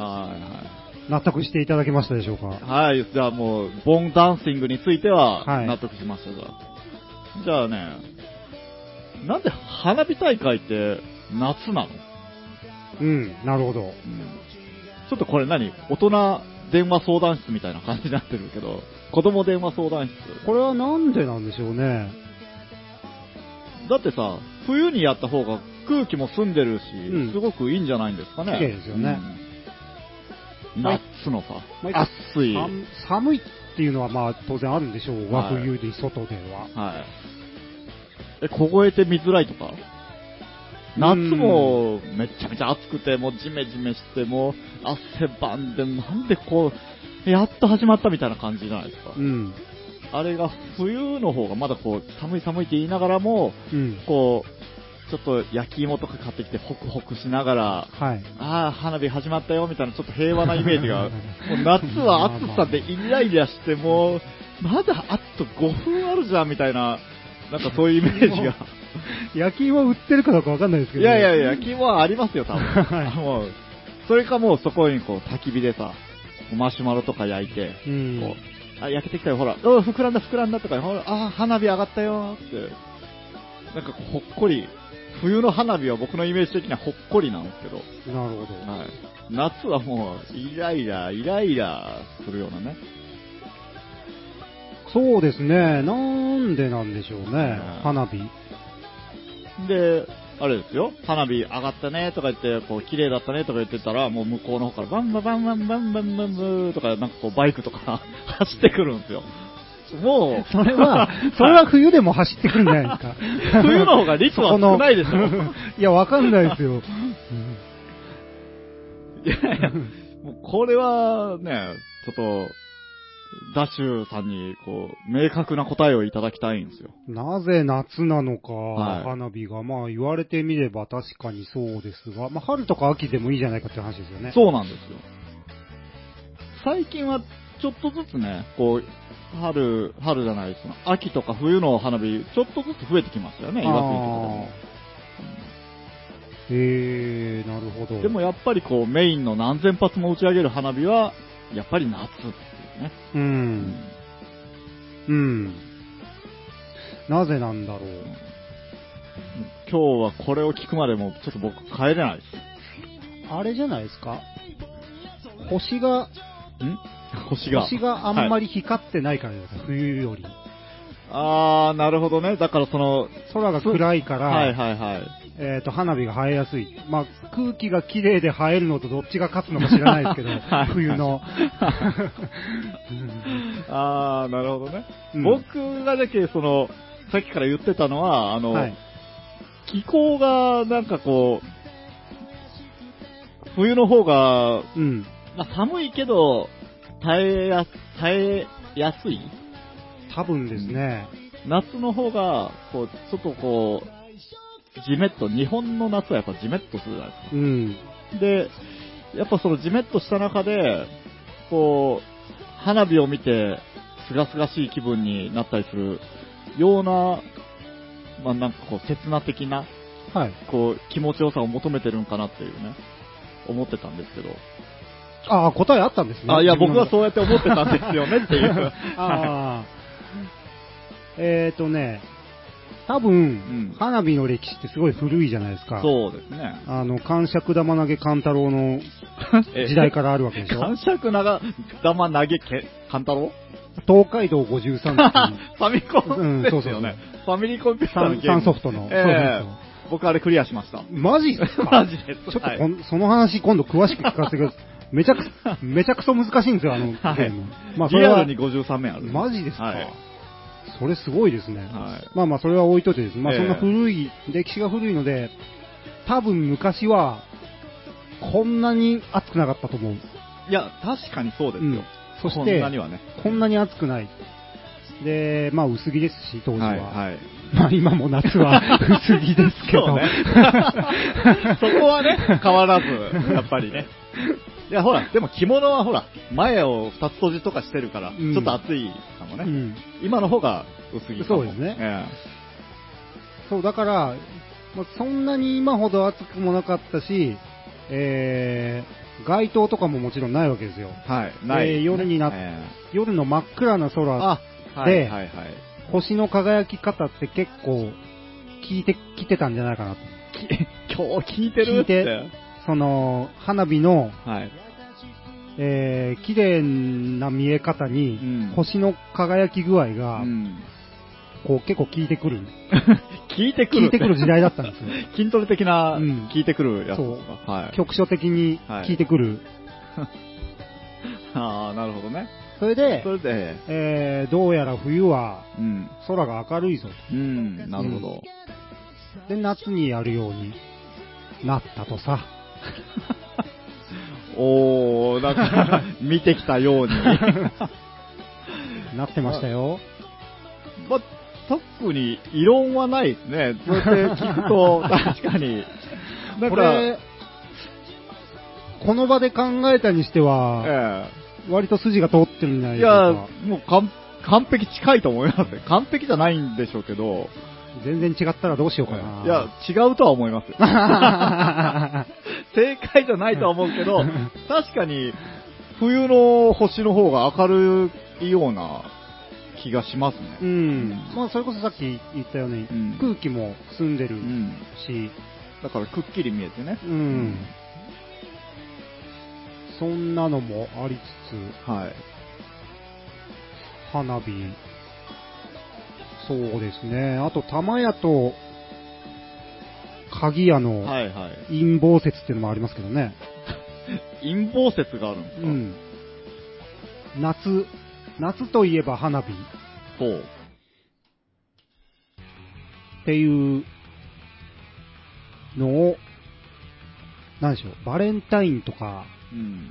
[SPEAKER 1] はい
[SPEAKER 2] 納得していただけましたでしょうか。
[SPEAKER 1] はい。はい、じゃあもう、ボンダンシングについては
[SPEAKER 2] はい
[SPEAKER 1] 納得しました、じゃあ。じゃあね、なんで花火大会って夏なの
[SPEAKER 2] うん、なるほど。
[SPEAKER 1] ちょっとこれ何大人電話相談室みたいな感じになってるけど、子供電話相談室。
[SPEAKER 2] これはなんでなんでしょうね。
[SPEAKER 1] だってさ、冬にやった方が空気も澄んでるし、
[SPEAKER 2] うん
[SPEAKER 1] すごくいいんじゃないんですかね。
[SPEAKER 2] 綺麗ですよね
[SPEAKER 1] うん
[SPEAKER 2] はい
[SPEAKER 1] 夏のさ、
[SPEAKER 2] 毎回
[SPEAKER 1] 暑い。は
[SPEAKER 2] 寒寒いっていうのはまあ当然あるんでしょうが、
[SPEAKER 1] はい
[SPEAKER 2] 冬で外では。
[SPEAKER 1] い。え、凍えて見づらいとか夏もめちゃめちゃ暑くて、もうジメジメして、もう汗ばんで、なんでこう、やっと始まったみたいな感じじゃないですか。
[SPEAKER 2] うん。
[SPEAKER 1] あれが冬の方がまだこう寒い寒いって言いながらも、
[SPEAKER 2] うん。
[SPEAKER 1] こう、ちょっと焼き芋とか買ってきてホクホクしながら、
[SPEAKER 2] はい。
[SPEAKER 1] ああ、花火始まったよみたいなちょっと平和なイメージが、 もう夏は暑さでイライラして、もう、まだあと5分あるじゃんみたいな、なんかそういうイメージ が。
[SPEAKER 2] 焼き芋売ってるかどうかわかんないですけ
[SPEAKER 1] い
[SPEAKER 2] ど、
[SPEAKER 1] やいやいや、焼き芋はありますよ、多分。
[SPEAKER 2] はい
[SPEAKER 1] もう、それかもうそこにこう焚き火でさ、マシュマロとか焼いて、
[SPEAKER 2] うん。
[SPEAKER 1] こう、あ、焼けてきたよ、ほら、うん、膨らんだ、膨らんだとか、ほら、あ、花火上がったよ、って。なんかこう、ほっこり、冬の花火は僕のイメージ的にはほっこりなんですけど、
[SPEAKER 2] なるほど。
[SPEAKER 1] はい。夏はもう、イライラ、イライラするようなね。
[SPEAKER 2] そうですね。なんでなんでしょうね。花火。
[SPEAKER 1] で、あれですよ、花火上がったねとか言って、こう、綺麗だったねとか言ってたら、もう向こうの方から、バンバンバンバンバンバンバンブーとか、なんかこう、バイクとか走ってくるんですよ。もう、。
[SPEAKER 2] それは、 それは冬でも走ってくるんじゃないですか
[SPEAKER 1] 冬の方が率は少ないでしょ
[SPEAKER 2] そこの いや、わかんないで すよ。うん
[SPEAKER 1] いやいや、もうこれはね、ちょっと、ダッシュさんに、こう、明確な答えをいただきたいんですよ。
[SPEAKER 2] なぜ夏なのか、
[SPEAKER 1] はい
[SPEAKER 2] 花火が、まあ言われてみれば確かにそうですが、まあ春とか秋でもいいじゃないかって話ですよね。
[SPEAKER 1] そうなんですよ。最近は、ちょっとずつね、こう、春、春じゃないですね。秋とか冬の花火、ちょっとずつ増えてきましたよね、岩国とかでも。
[SPEAKER 2] あーへえー、なるほど。
[SPEAKER 1] でもやっぱりこう、メインの何千発も打ち上げる花火は、やっぱり夏っていうね。
[SPEAKER 2] う。
[SPEAKER 1] うん
[SPEAKER 2] うん。なぜなんだろう。
[SPEAKER 1] 今日はこれを聞くまでも、ちょっと僕帰れないです。
[SPEAKER 2] あれじゃないですか星が、
[SPEAKER 1] ん星が。
[SPEAKER 2] 星があんま
[SPEAKER 1] り、
[SPEAKER 2] り光ってないからじゃないですか、冬より。
[SPEAKER 1] あー、なるほどね。だからその、
[SPEAKER 2] 空が暗いから、
[SPEAKER 1] はいはいはい。
[SPEAKER 2] えっ、と、花火が生えやすい。まあ、空気が綺麗で生えるのとどっちが勝つのか知らないですけど
[SPEAKER 1] はい、
[SPEAKER 2] 冬の。
[SPEAKER 1] あー、なるほどね。
[SPEAKER 2] うん
[SPEAKER 1] 僕がだけ、その、さっきから言ってたのは、あの、
[SPEAKER 2] はい。
[SPEAKER 1] 気候がなんかこう、冬の方が、
[SPEAKER 2] うん。
[SPEAKER 1] まあ、寒いけど、耐えや、耐えやすい
[SPEAKER 2] 多分ですね。
[SPEAKER 1] 夏の方が、こう、ちょっとこう、じめっと、日本の夏はやっぱじめっとするじゃないですか。
[SPEAKER 2] うん。
[SPEAKER 1] で、やっぱそのじめっとした中で、こう、花火を見て、すがすがしい気分になったりするような、まあなんかこう、刹那的な、
[SPEAKER 2] はい。
[SPEAKER 1] こう、気持ちよさを求めてるんかなっていうね、思ってたんですけど。
[SPEAKER 2] ああ、答えあったんですね。
[SPEAKER 1] あ、いや、僕は
[SPEAKER 2] う。
[SPEAKER 1] そうやって思ってたんですよねって いう。はい
[SPEAKER 2] ああ。えっ、ー、とね、多分、
[SPEAKER 1] うん
[SPEAKER 2] 花火の歴史ってすごい古いじゃないですか。
[SPEAKER 1] そうですね。
[SPEAKER 2] あの、感触玉投げ勘太郎の
[SPEAKER 1] え
[SPEAKER 2] 時代からあるわけでしょ
[SPEAKER 1] 感。触なが、玉投げけ、勘太郎
[SPEAKER 2] 東海道53っていう
[SPEAKER 1] ファミコンですよね。ファミリーコンピューターのゲー
[SPEAKER 2] サ
[SPEAKER 1] ム。
[SPEAKER 2] ンソフトのそう
[SPEAKER 1] え
[SPEAKER 2] で
[SPEAKER 1] え僕あれクリアしました。
[SPEAKER 2] マジっすか
[SPEAKER 1] マジです。
[SPEAKER 2] ちょっとこ
[SPEAKER 1] はい
[SPEAKER 2] んその話今度詳しく聞かせてください。めちゃく、めちゃくそ難しいんですよ、あのゲ
[SPEAKER 1] はい
[SPEAKER 2] ーム。まあ、そ
[SPEAKER 1] リ
[SPEAKER 2] れ
[SPEAKER 1] ア
[SPEAKER 2] は
[SPEAKER 1] ル、に53面ある。
[SPEAKER 2] マジですか、
[SPEAKER 1] はい
[SPEAKER 2] それすごいですね。
[SPEAKER 1] はい
[SPEAKER 2] まあまあ、それは置いといてです。まあ、
[SPEAKER 1] ええ
[SPEAKER 2] そんな古い、歴史が古いので、多分昔は、こんなに熱くなかったと思う。
[SPEAKER 1] いや、確かにそうですよ。
[SPEAKER 2] うんそして
[SPEAKER 1] こんなにはね。
[SPEAKER 2] こんなに暑くない。で、まあ薄着ですし、当時は。
[SPEAKER 1] はい、はい。
[SPEAKER 2] まあ今も夏は 薄着ですけ
[SPEAKER 1] そう
[SPEAKER 2] ど。
[SPEAKER 1] ね。そこはね、変わらず、やっぱりね。いや、ほら、でも着物はほら、前を二つ閉じとかしてるから、
[SPEAKER 2] うん
[SPEAKER 1] ちょっと暑いかもね。
[SPEAKER 2] うん
[SPEAKER 1] 今の方が薄着かも。
[SPEAKER 2] そうですね
[SPEAKER 1] え
[SPEAKER 2] そう、だから、まあ、そんなに今ほど暑くもなかったし、えー、街灯とかももちろんないわけですよ。
[SPEAKER 1] えはい。ない、
[SPEAKER 2] えー夜になっ
[SPEAKER 1] え
[SPEAKER 2] 夜の真っ暗な
[SPEAKER 1] え
[SPEAKER 2] 空、
[SPEAKER 1] あ、はい、
[SPEAKER 2] で
[SPEAKER 1] はい、はい。
[SPEAKER 2] 星の輝き方って結構、聞いてきてたんじゃないかなと。
[SPEAKER 1] き 今日聞いてる
[SPEAKER 2] 聞
[SPEAKER 1] っ
[SPEAKER 2] い
[SPEAKER 1] て。
[SPEAKER 2] てその、花火の、
[SPEAKER 1] はい。
[SPEAKER 2] えー、綺麗な見え方に、
[SPEAKER 1] うん
[SPEAKER 2] 星の輝き具合が、
[SPEAKER 1] うん
[SPEAKER 2] こう結構聞いてくる。
[SPEAKER 1] 聞いてくる。
[SPEAKER 2] 聞いてくる時代だったんですよ。
[SPEAKER 1] 筋トレ的な
[SPEAKER 2] うん、
[SPEAKER 1] 聞いてくるやつですか。はい。
[SPEAKER 2] 局所的に聞いてくる。
[SPEAKER 1] ああ、なるほどね。
[SPEAKER 2] それで
[SPEAKER 1] そ、れで、
[SPEAKER 2] えー、どうやら冬は
[SPEAKER 1] うん。
[SPEAKER 2] 空が明るいぞ
[SPEAKER 1] うん、なるほど。
[SPEAKER 2] と。で、夏にやるようになったとさ。
[SPEAKER 1] おー、なん か、見てきたように。
[SPEAKER 2] なってましたよ。
[SPEAKER 1] まあ、特に異論はないですね。そうやって聞く と、確かに。なん
[SPEAKER 2] こ
[SPEAKER 1] か、
[SPEAKER 2] れ、この場で考えたにしては、
[SPEAKER 1] え
[SPEAKER 2] 割と筋が通ってるんじゃな
[SPEAKER 1] え
[SPEAKER 2] い
[SPEAKER 1] い
[SPEAKER 2] でし
[SPEAKER 1] や
[SPEAKER 2] ょうか。、
[SPEAKER 1] もう完完璧近いと思いますね。完璧じゃないんでしょうけど、
[SPEAKER 2] 全然違ったらどうしようかな。
[SPEAKER 1] いや、違うとは思いますよ。正解じゃないとは思うけど、確かに冬の星の方が明るいような気がします
[SPEAKER 2] う
[SPEAKER 1] ね。
[SPEAKER 2] ん。まあ、それこそさっき言ったように、
[SPEAKER 1] うん
[SPEAKER 2] 空気も澄んでる
[SPEAKER 1] うん。
[SPEAKER 2] し、
[SPEAKER 1] だからくっきり見えてね。
[SPEAKER 2] うん。そんなのもありつつ、
[SPEAKER 1] はい。
[SPEAKER 2] 花火。そうですね。あと、玉屋と、鍵屋の
[SPEAKER 1] はいはい。
[SPEAKER 2] 陰謀説っていうのもありますけどね。
[SPEAKER 1] 陰謀説があるんですか、
[SPEAKER 2] うん。夏、夏といえば花火っ
[SPEAKER 1] ほう。
[SPEAKER 2] ていうのを、なんでしょう、バレンタインとか、
[SPEAKER 1] うん。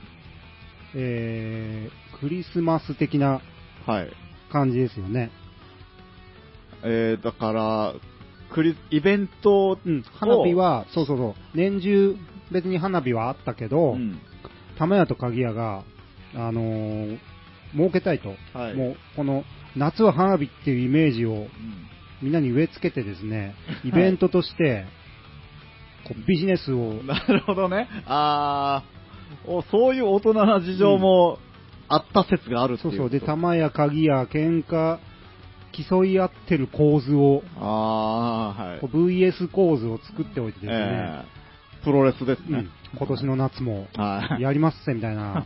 [SPEAKER 2] えー、クリスマス的な
[SPEAKER 1] はい。
[SPEAKER 2] 感じですよね。
[SPEAKER 1] えー、だから、クリイベントを、
[SPEAKER 2] うん、花火は、そうそうそう、年中別に花火はあったけど、
[SPEAKER 1] うん
[SPEAKER 2] 玉屋と鍵屋が、あのー儲けたいと、
[SPEAKER 1] はい
[SPEAKER 2] もうこの夏は花火っていうイメージを
[SPEAKER 1] うん
[SPEAKER 2] みんなに植え付けてですね、
[SPEAKER 1] い
[SPEAKER 2] イベントとして、こうビジネスを、
[SPEAKER 1] なるほどね。あーお、そういう大人な事情もあった説があるって
[SPEAKER 2] そ
[SPEAKER 1] いうう。
[SPEAKER 2] そう、で、玉や鍵や喧嘩、競い合ってる構図を、
[SPEAKER 1] あー、はい
[SPEAKER 2] こ。う VS 構図を作っておいてですね、
[SPEAKER 1] えープロレスです
[SPEAKER 2] う
[SPEAKER 1] ね
[SPEAKER 2] ん。今年の夏も
[SPEAKER 1] はい。
[SPEAKER 2] やりますぜみた いな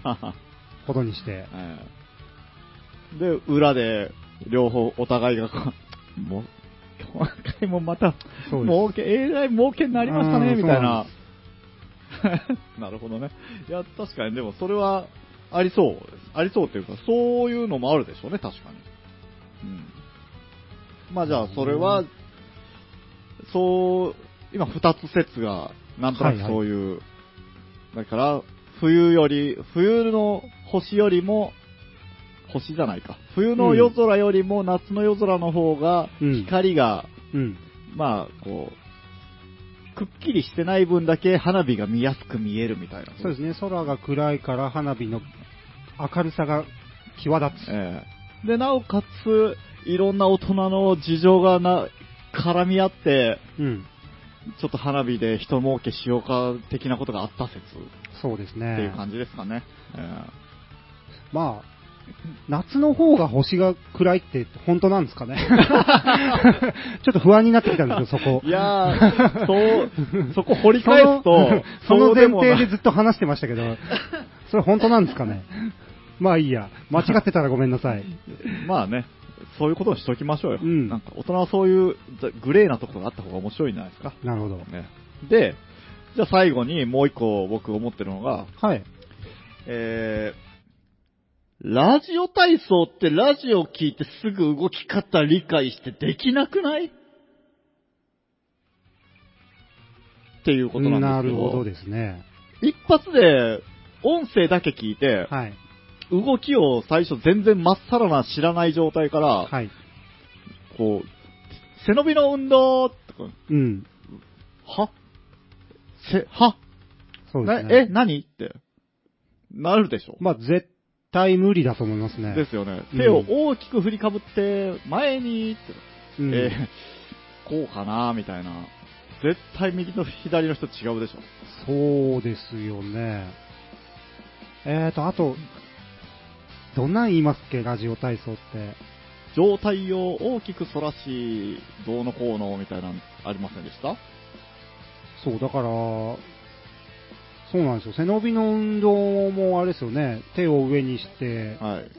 [SPEAKER 2] ことにして、
[SPEAKER 1] ええで、裏で、両方、お互いがこう、もう、今回もまた、
[SPEAKER 2] そうです
[SPEAKER 1] 儲け、えらい儲けになりました
[SPEAKER 2] う
[SPEAKER 1] ね、
[SPEAKER 2] ん
[SPEAKER 1] みたい
[SPEAKER 2] そうな
[SPEAKER 1] なん
[SPEAKER 2] で。
[SPEAKER 1] なるほどね。いや、確かに、でもそれは、ありそうです。ありそうっていうか、そういうのもあるでしょうね、確かに。うん。まあじゃあ、それ
[SPEAKER 2] う
[SPEAKER 1] は
[SPEAKER 2] ん、
[SPEAKER 1] そう、今二つ説が、なんとな
[SPEAKER 2] はい
[SPEAKER 1] く
[SPEAKER 2] はい
[SPEAKER 1] そういう、だから、冬より、冬の星よりも、星じゃないか。冬の夜空よりも夏の夜空の方が、
[SPEAKER 2] うん
[SPEAKER 1] 光が、
[SPEAKER 2] うん、
[SPEAKER 1] まあ、こう、くっきりしてない分だけ花火が見やすく見えるみたいな。
[SPEAKER 2] そうです
[SPEAKER 1] ね。
[SPEAKER 2] ね、空が暗いから花火の明るさが際立つ。
[SPEAKER 1] ええで、なおかつ、いろんな大人の事情がな、絡み合って、
[SPEAKER 2] うん、
[SPEAKER 1] ちょっと花火で人儲けしようか的なことがあった説っ
[SPEAKER 2] そうです
[SPEAKER 1] てい
[SPEAKER 2] ね
[SPEAKER 1] う。感じですかね。え
[SPEAKER 2] まあ、夏の方が星が暗いって本当なんですかね。 ちょっと不安になってきたんですよ、そこ
[SPEAKER 1] え。いや ー、そう、そこ掘り返すと、
[SPEAKER 2] そのその
[SPEAKER 1] で
[SPEAKER 2] 前
[SPEAKER 1] もな
[SPEAKER 2] 提でずっと話してました けど、それ本当なんですかね。まあいいや、間違ってたらごめんなさい。
[SPEAKER 1] まあね、そういうことにしときましょうよ。
[SPEAKER 2] うん
[SPEAKER 1] なんか大人はそういうグレーなところがあった方が面白いんじゃないですか。
[SPEAKER 2] なるほど。
[SPEAKER 1] ね、で、じゃあ最後にもう一個僕思ってるのが、
[SPEAKER 2] はい。
[SPEAKER 1] えー、ラジオ体操ってラジオ聞いてすぐ動き方理解してできなくないっていうことな
[SPEAKER 2] なん
[SPEAKER 1] です
[SPEAKER 2] る
[SPEAKER 1] け
[SPEAKER 2] ほ
[SPEAKER 1] ど、
[SPEAKER 2] どですね。
[SPEAKER 1] 一発で音声だけ聞いて、
[SPEAKER 2] はい。
[SPEAKER 1] 動きを最初全然まっさらな知らない状態から、
[SPEAKER 2] はい。
[SPEAKER 1] こう、背伸びの運動とか、
[SPEAKER 2] うん。
[SPEAKER 1] はせ、は
[SPEAKER 2] そうで
[SPEAKER 1] な
[SPEAKER 2] す
[SPEAKER 1] え、
[SPEAKER 2] ね。
[SPEAKER 1] 何って、なるでしょ、
[SPEAKER 2] まあ絶対無理だと思いますね。
[SPEAKER 1] ですよね。
[SPEAKER 2] うん
[SPEAKER 1] 手を大きく振りかぶって、前にって、
[SPEAKER 2] うん
[SPEAKER 1] えーこうかなみたいな。絶対右と左の人違うでしょ。
[SPEAKER 2] そうですよね。えーと、あと、どんなん言いますっけ、ラジオ体操って。
[SPEAKER 1] 上体を大きく反らし、どうのこうのみたいなのありませんでした
[SPEAKER 2] そう、だから、そうなんですよ。背伸びの運動もあれですよね。手を上にして、
[SPEAKER 1] はい。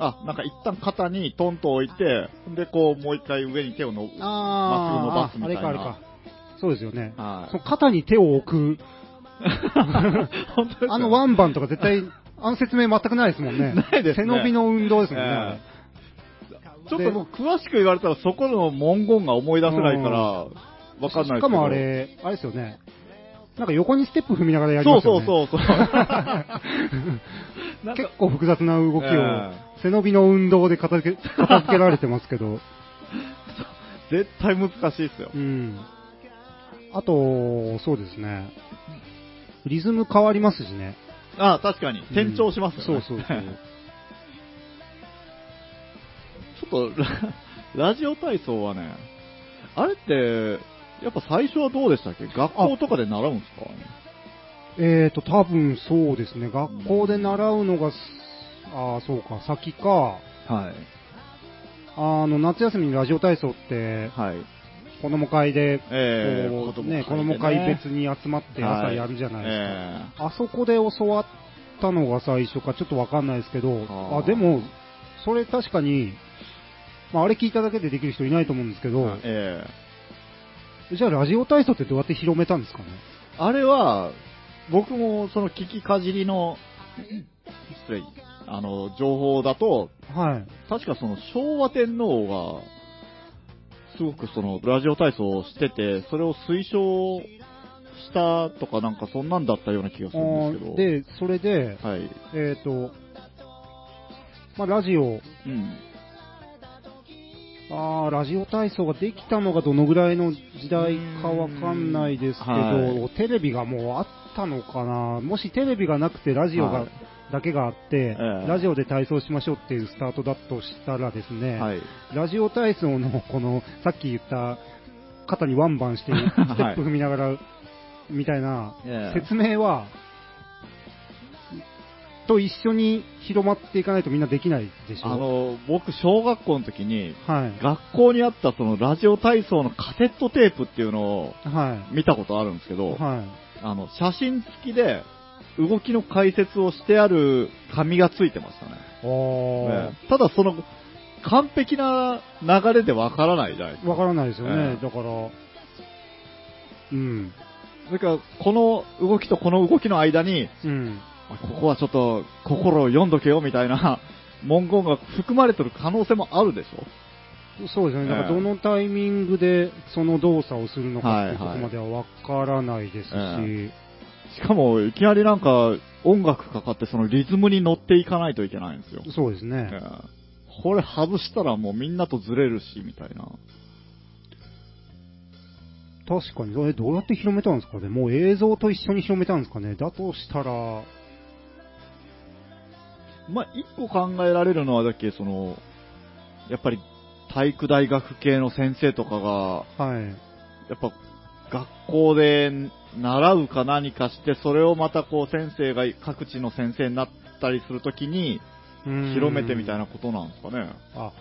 [SPEAKER 1] あ、なんか一旦肩にトンと置いて、で、こう、もう一回上に手をの、まっ
[SPEAKER 2] あ
[SPEAKER 1] す
[SPEAKER 2] ー
[SPEAKER 1] ぐ伸ばすみ
[SPEAKER 2] あ
[SPEAKER 1] たい
[SPEAKER 2] れ
[SPEAKER 1] な
[SPEAKER 2] かあれか。そうですよね。
[SPEAKER 1] はい
[SPEAKER 2] その肩に手を置く、
[SPEAKER 1] 本当ですよ
[SPEAKER 2] あのワンバンとか絶対、あの説明全くないですもんね。
[SPEAKER 1] ないですね
[SPEAKER 2] 背伸びの運動ですもんね。
[SPEAKER 1] ええ
[SPEAKER 2] あれ
[SPEAKER 1] ちょっともう詳しく言われたらそこの文言が思い出せないから、わかんないですけど
[SPEAKER 2] しかもあれ、あれですよね。なんか横にステップ踏みながらやり
[SPEAKER 1] そ
[SPEAKER 2] ま
[SPEAKER 1] う
[SPEAKER 2] す
[SPEAKER 1] そ
[SPEAKER 2] よ
[SPEAKER 1] う
[SPEAKER 2] ね。
[SPEAKER 1] そうそう。なん か
[SPEAKER 2] 結構複雑な動きを、背伸びの運動で片付け 片付けられてますけど、
[SPEAKER 1] 絶対難しいですよ
[SPEAKER 2] う。ん。あと、そうですね。リズム変わりますしね。
[SPEAKER 1] ああ確かに。転調しますよね、
[SPEAKER 2] うんそうそうそう。
[SPEAKER 1] そう。ちょっとラ、ラジオ体操はね、あれって、やっぱ最初はどうでしたっけ学校とかで習うんですか
[SPEAKER 2] えーと、多分そうですね。学校で習うのが、ああ、そうか、先か。
[SPEAKER 1] はい。
[SPEAKER 2] あの、夏休みにラジオ体操って、
[SPEAKER 1] はい。
[SPEAKER 2] 子供会で、
[SPEAKER 1] ええ
[SPEAKER 2] こう
[SPEAKER 1] 子供会でね
[SPEAKER 2] ね、子供会別に集まって朝
[SPEAKER 1] はい
[SPEAKER 2] やるじゃないですか。
[SPEAKER 1] え
[SPEAKER 2] あそこで教わったのが最初か、ちょっとわかんないですけど、
[SPEAKER 1] あ
[SPEAKER 2] あ
[SPEAKER 1] ー
[SPEAKER 2] でも、それ確かに、まあ、あれ聞いただけでできる人いないと思うんですけど、
[SPEAKER 1] ええ
[SPEAKER 2] じゃあラジオ体操ってどうやって広めたんですかね
[SPEAKER 1] あれは、僕もその聞きかじりの、失礼、あの、情報だと、
[SPEAKER 2] はい。
[SPEAKER 1] 確かその昭和天皇が、すごくそのラジオ体操をしてて、それを推奨したとかなんかそんなんだったような気がするんですけど。
[SPEAKER 2] で、それで、
[SPEAKER 1] はい。
[SPEAKER 2] えっ、と、まあ、ラジオ、
[SPEAKER 1] うん。
[SPEAKER 2] あーラジオ体操ができたのがどのぐらいの時代かわかんないですけ
[SPEAKER 1] う
[SPEAKER 2] ど、
[SPEAKER 1] んは
[SPEAKER 2] テレビがもうあったのかな、もしテレビがなくてラジオが、
[SPEAKER 1] はい
[SPEAKER 2] だけがあって、
[SPEAKER 1] ええ
[SPEAKER 2] ラジオで体操しましょうっていうスタートだとしたらですね、
[SPEAKER 1] はい。
[SPEAKER 2] ラジオ体操のこの、さっき言った、肩にワンバンして
[SPEAKER 1] はい
[SPEAKER 2] ステップ踏みながら、みたいな
[SPEAKER 1] ええ
[SPEAKER 2] 説明は、と一緒に広まっていかないとみんなできないでしょ。
[SPEAKER 1] あの、僕、小学校の時に、
[SPEAKER 2] はい。
[SPEAKER 1] 学校にあったそのラジオ体操のカセットテープっていうのを
[SPEAKER 2] はい。
[SPEAKER 1] 見たことあるんですけど、
[SPEAKER 2] は
[SPEAKER 1] あの、写真付きで、動きの解説をしてある紙がついてましたね。
[SPEAKER 2] い。お
[SPEAKER 1] ええただその、完璧な流れでわからないじゃないですか。
[SPEAKER 2] わからないですよね、
[SPEAKER 1] ええ
[SPEAKER 2] だから、うん、
[SPEAKER 1] それから、この動きとこの動きの間に、
[SPEAKER 2] うん、
[SPEAKER 1] ここはちょっと心を読んどけよみたいな 文言が含まれてる可能性もあるでしょ。
[SPEAKER 2] そうですね、だから
[SPEAKER 1] ええ
[SPEAKER 2] どのタイミングでその動作をするのかっていうとこ
[SPEAKER 1] はいはい
[SPEAKER 2] まではわからないですし、
[SPEAKER 1] えしかも、いきなりなんか音楽かかってそのリズムに乗っていかないといけないんですよ。
[SPEAKER 2] そうですね、
[SPEAKER 1] ええこれ外したらもうみんなとずれるし、みたいな。
[SPEAKER 2] 確かに、えどうやって広めたんですかね、もう映像と一緒に広めたんですかね、だとしたら、
[SPEAKER 1] まあ、一個考えられるのは、だっけ、その、やっぱり体育大学系の先生とかが、
[SPEAKER 2] はい、
[SPEAKER 1] やっぱ学校で習うか何かして、それをまたこう先生が各地の先生になったりするときに、
[SPEAKER 2] うん
[SPEAKER 1] 広めてみたいな、ことなんですかね。
[SPEAKER 2] あ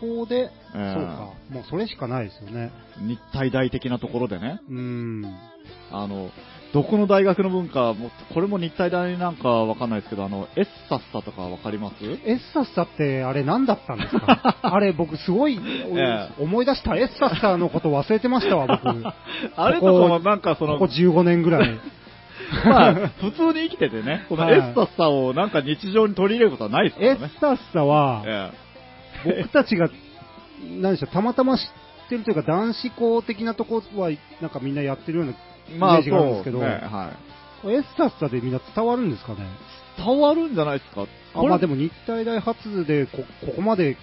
[SPEAKER 2] 学校で、
[SPEAKER 1] ええ
[SPEAKER 2] そうか、もうそれしかないですよね、
[SPEAKER 1] 日体大的なところでね。
[SPEAKER 2] うん、
[SPEAKER 1] あの、どこの大学の文化、もうこれも日体大なんかわかんないですけど、あの、エッサッサとかわかります
[SPEAKER 2] エッサッサってあれ何だったんで すかあれ僕すごい
[SPEAKER 1] え
[SPEAKER 2] 思い出したエッサッサのこと忘れてましたわ僕
[SPEAKER 1] あれとかもなん かその、
[SPEAKER 2] ここ15年ぐら い
[SPEAKER 1] まあ、 普通に生きててね、この
[SPEAKER 2] はい
[SPEAKER 1] エッサッサをなんか日常に取り入れることはないですか
[SPEAKER 2] エ
[SPEAKER 1] ら
[SPEAKER 2] ッ
[SPEAKER 1] ね。
[SPEAKER 2] サッサは
[SPEAKER 1] え
[SPEAKER 2] 僕たちが何でしょうたまたま知ってるというか男子校的なとこはなんかみんなやってるような
[SPEAKER 1] え
[SPEAKER 2] イメ
[SPEAKER 1] ま
[SPEAKER 2] ー
[SPEAKER 1] あ、
[SPEAKER 2] ジ
[SPEAKER 1] そ
[SPEAKER 2] があるん
[SPEAKER 1] う
[SPEAKER 2] ですけど、
[SPEAKER 1] ねは
[SPEAKER 2] エッサッサでみんな伝わるんですかね
[SPEAKER 1] い。伝わるんじゃないですか。
[SPEAKER 2] あまあでも日体大発でこここまで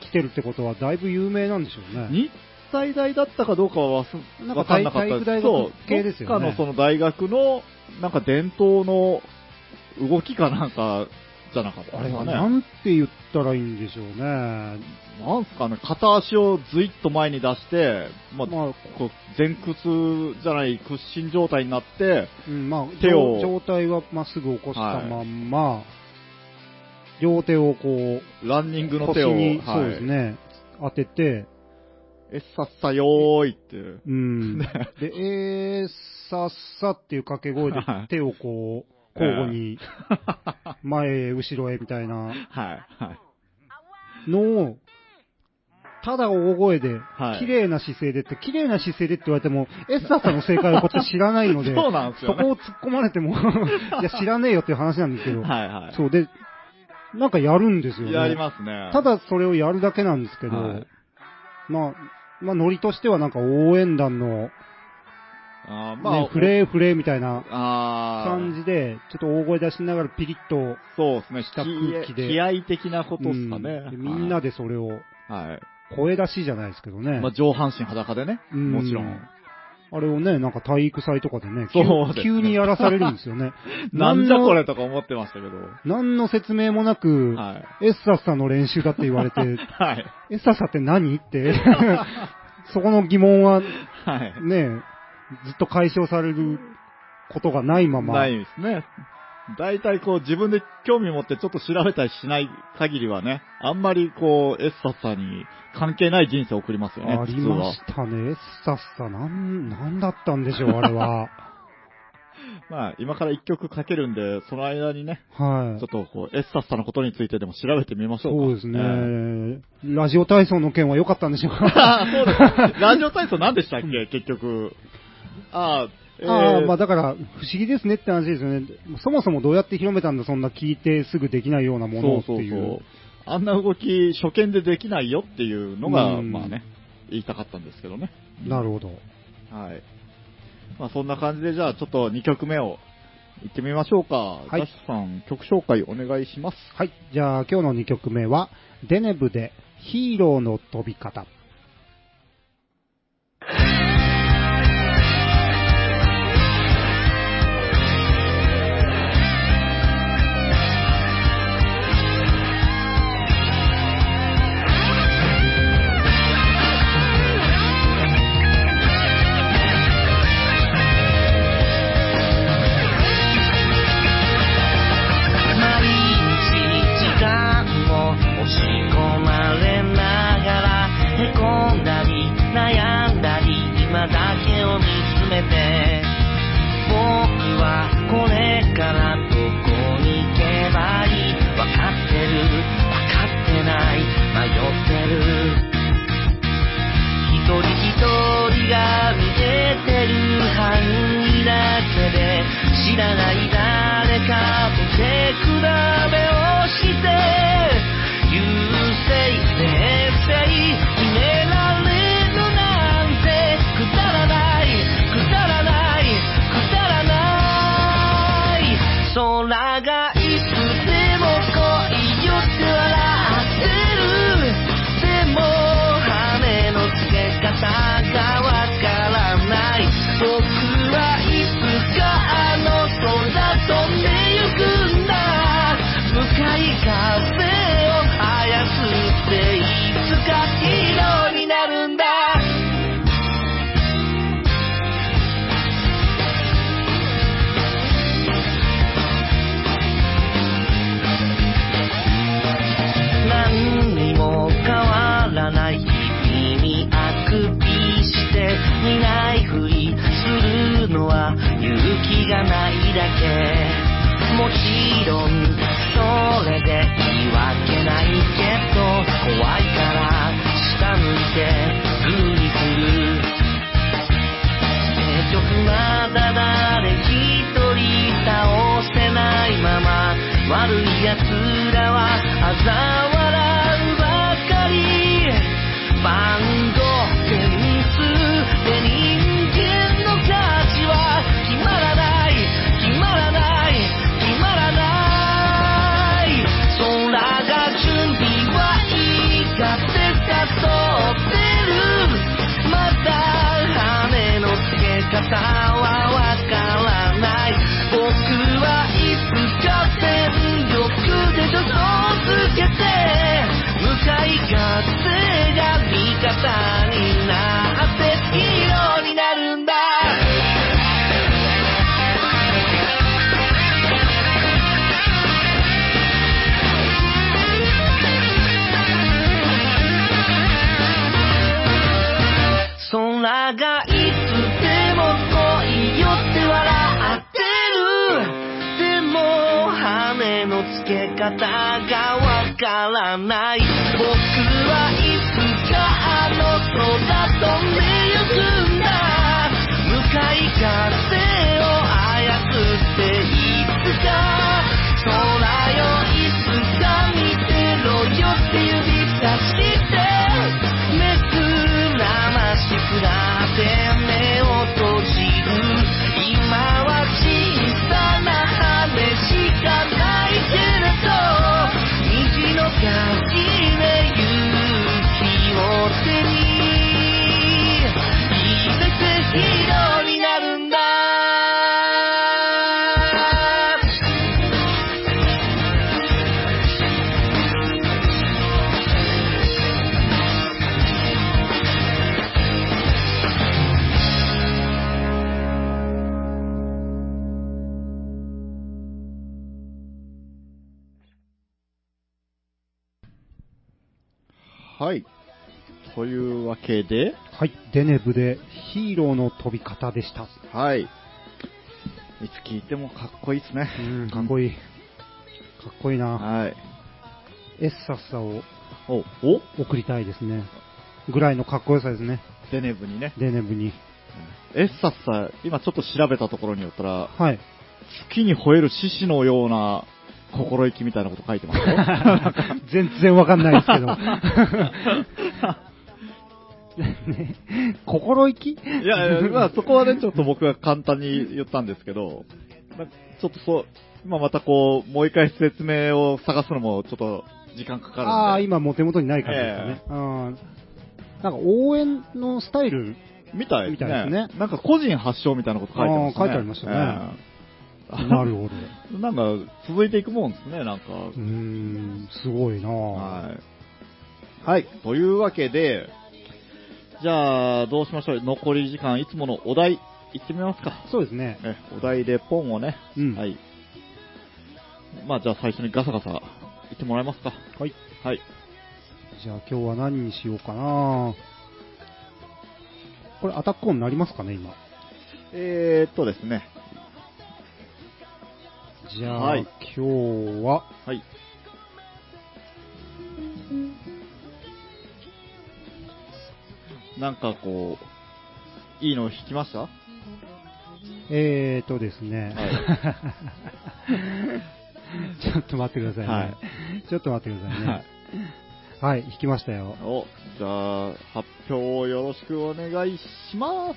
[SPEAKER 2] 来てるってことはだいぶ有名なんでしょうね
[SPEAKER 1] 日体大だったかどうかはわす
[SPEAKER 2] なんか
[SPEAKER 1] わかんなかった
[SPEAKER 2] 体育大学系ですよ
[SPEAKER 1] そ
[SPEAKER 2] ね
[SPEAKER 1] うどっかのその大学の、なんか伝統の動きかなんかじゃなかった
[SPEAKER 2] あれは
[SPEAKER 1] ね。
[SPEAKER 2] なんて言ったらいいんでしょうね。
[SPEAKER 1] なんすかね、片足をずいっと前に出して、まあ、
[SPEAKER 2] まあ
[SPEAKER 1] こう前屈じゃない屈伸状態になって、
[SPEAKER 2] うん、まあ、
[SPEAKER 1] 手を
[SPEAKER 2] 上上体はまっすぐ起こしたまんま、両手をこう、
[SPEAKER 1] ランニングの手
[SPEAKER 2] 腰
[SPEAKER 1] を、
[SPEAKER 2] に、
[SPEAKER 1] はい
[SPEAKER 2] そうですね、当てて、
[SPEAKER 1] えっさっさよーいって。
[SPEAKER 2] うん。 で、えー、さっさっていう掛け声で
[SPEAKER 1] はい
[SPEAKER 2] 手をこう、交互に、前へ、後ろへみたいな
[SPEAKER 1] はい、はい。
[SPEAKER 2] のを、ただ大声で
[SPEAKER 1] は、い
[SPEAKER 2] 綺麗な姿勢でって、綺麗な姿勢でって言われても、エッサさんの正解をこっちは知らないので、
[SPEAKER 1] そうなんです
[SPEAKER 2] そ
[SPEAKER 1] よ、
[SPEAKER 2] こ
[SPEAKER 1] ね。
[SPEAKER 2] を突っ込まれて も、いや、知らねえよっていう話なんですけど、
[SPEAKER 1] はいはい。
[SPEAKER 2] そうで、なんかやるんですよね。
[SPEAKER 1] やりますね。
[SPEAKER 2] ただそれをやるだけなんですけど、
[SPEAKER 1] はい
[SPEAKER 2] まあ、まあ、ノリとしてはなんか応援団の、ね、
[SPEAKER 1] あーまあ、
[SPEAKER 2] フレーフレーみたいな
[SPEAKER 1] あー
[SPEAKER 2] 感じで、ちょっと大声出しながらピリッと、
[SPEAKER 1] そうですね。
[SPEAKER 2] した空気で
[SPEAKER 1] 気合的なことですかね
[SPEAKER 2] うん。でみんなでそれを、
[SPEAKER 1] はい。はい。
[SPEAKER 2] 声出しじゃないですけどね。
[SPEAKER 1] まあ、上半身裸でね。
[SPEAKER 2] うん
[SPEAKER 1] もちろん。
[SPEAKER 2] あれをね、なんか体育祭とかでね、急
[SPEAKER 1] そうですね。
[SPEAKER 2] 急にやらされるんですよね
[SPEAKER 1] なんじゃこ
[SPEAKER 2] 何の
[SPEAKER 1] れとか思ってましたけど。
[SPEAKER 2] 何の説明もなく、
[SPEAKER 1] はい。
[SPEAKER 2] エッサさんの練習だって言 われて、
[SPEAKER 1] はい。
[SPEAKER 2] エササって 何って、そこの疑問はね、
[SPEAKER 1] はい。
[SPEAKER 2] ずっと解消されることがないまま、
[SPEAKER 1] ないですね。大体こう自分で興味持ってちょっと調べたりしない限りはね、あんまりこう、エッサさんに関係ない人生を送りますよね。
[SPEAKER 2] ありましたね。エッササなん、なんだったんでしょう、あれは。
[SPEAKER 1] 普
[SPEAKER 3] まあ、今から一曲かけるんで、その間にね、
[SPEAKER 2] はい。
[SPEAKER 3] ちょっとこう、エッサッサのことについてでも調べてみましょうか。
[SPEAKER 2] そうですね、
[SPEAKER 3] え
[SPEAKER 2] ラジオ体操の件は良かったんでしょう
[SPEAKER 3] え
[SPEAKER 2] か。
[SPEAKER 3] ああ、そうです。ラジオ体操何でしたっけ、結局。ああ、えー
[SPEAKER 2] ああまあだから、不思議ですねって話ですよね。そもそもどうやって広めたんだ、そんな聞いてすぐできないようなものをっていう。
[SPEAKER 3] そうそうそう。あんな動き、初見でできないよっていうのが、
[SPEAKER 2] うん
[SPEAKER 3] まあね、言いたかったんですけどね。
[SPEAKER 2] なるほど。
[SPEAKER 3] はい。まあそんな感じで、じゃあちょっと2曲目を行ってみましょうか。
[SPEAKER 2] い
[SPEAKER 3] ダッシュさん、曲紹介お願いします。
[SPEAKER 2] はい。じゃあ今日の2曲目は、デネブでヒーローの飛び方。
[SPEAKER 4] 毎日時間を押し込まれながらへこんだり悩んだり今だけを見つめて僕はこれからどこに行けばいい分かってる分かってない迷ってる一人一人が見えてる範囲だけで知らない誰かと手比べをして優勢劣勢決められるなんてくだらないくだらないくだらない空がいつでも恋よって笑ってるでも羽の付け方がわからない僕はいつかあの空飛んでゆくんだ向かい風を操っていつかヒーローになるんだ何にも変わらない日々にあくびして見ないふりするのは勇気がないだけもちろんそれで言い訳ないけど怖いから下向いてグーに振る結局まだ誰一人倒せないまま悪い奴らは嘲笑うばかり番号点数で人間の価値は決まらない決まらない決まらない空が準備はいいかって誘ってるまた羽の付け方はわからない僕はいつか全力で助走をつけて向かい風が味方になってヒーローになるんだ空がいつでも恋よって笑ってるでも羽の付け方がわからない僕はいつかあの空飛んでゆくんだ向かい風を操っていつか空よいつか見てろよって指さして目くらましくらって目を閉じる今は小さな羽しかないけれど虹の限で勇気を手に生きてヒーローになるんだ
[SPEAKER 3] はい。というわけで、
[SPEAKER 2] はい。デネブでヒーローの飛び方でした。
[SPEAKER 3] はい。
[SPEAKER 1] いつ聴いてもかっこいいっすね。
[SPEAKER 2] うん、かっこいい。かっこいいな。
[SPEAKER 1] はい。
[SPEAKER 2] エッサッサを
[SPEAKER 1] お、お
[SPEAKER 2] 送りたいですね。ぐらいのかっこよさですね。
[SPEAKER 1] デネブにね。
[SPEAKER 2] デネブに。
[SPEAKER 1] エッサッサ、今ちょっと調べたところによったら、
[SPEAKER 2] はい。
[SPEAKER 1] 月に吠える獅子のような心意気みたいなこと書いて ますよ。
[SPEAKER 2] 全然わかんないです け ど。ね、心意気い
[SPEAKER 1] いやいや、まあそこはね、ちょっと僕が簡単に言ったんですけど、まあちょっとそう、今またこう、もう一回説明を探すのもちょっと時間かかるんで。
[SPEAKER 2] ああ、今もう手元にない感じですよね。うんなんか応援のスタイル、
[SPEAKER 1] みたい
[SPEAKER 2] み
[SPEAKER 1] です
[SPEAKER 2] たい
[SPEAKER 1] ね。
[SPEAKER 2] ですね
[SPEAKER 1] なんか個人発祥みたいなこと書いてますね。
[SPEAKER 2] あー書いてありましたね
[SPEAKER 1] ええ
[SPEAKER 2] なるほど。
[SPEAKER 1] なんか、続いていくもんですね、なんか。
[SPEAKER 2] うーん、すごいなぁ。
[SPEAKER 1] はい。はい。というわけで、じゃあ、どうしましょう。残り時間、いつものお題、いってみますか。
[SPEAKER 2] そうですね。
[SPEAKER 1] えお題でポンをね。
[SPEAKER 2] うん
[SPEAKER 1] はい。まあ、じゃあ最初にガサガサ、いってもらえますか。
[SPEAKER 2] はい。
[SPEAKER 1] はい。
[SPEAKER 2] じゃあ今日は何にしようかなこれアタック音になりますかね、今。
[SPEAKER 1] えーっとですね。
[SPEAKER 2] じゃあ、
[SPEAKER 1] はい
[SPEAKER 2] 今日は、
[SPEAKER 1] はい。なんかこう、いいの引きました
[SPEAKER 2] えーとですね、 ちょっと待ってくださいね。
[SPEAKER 1] はい
[SPEAKER 2] ちょっと待ってくださいね。
[SPEAKER 1] はい
[SPEAKER 2] はい、弾きましたよ。
[SPEAKER 1] お、じゃあ、発表をよろしくお願いします。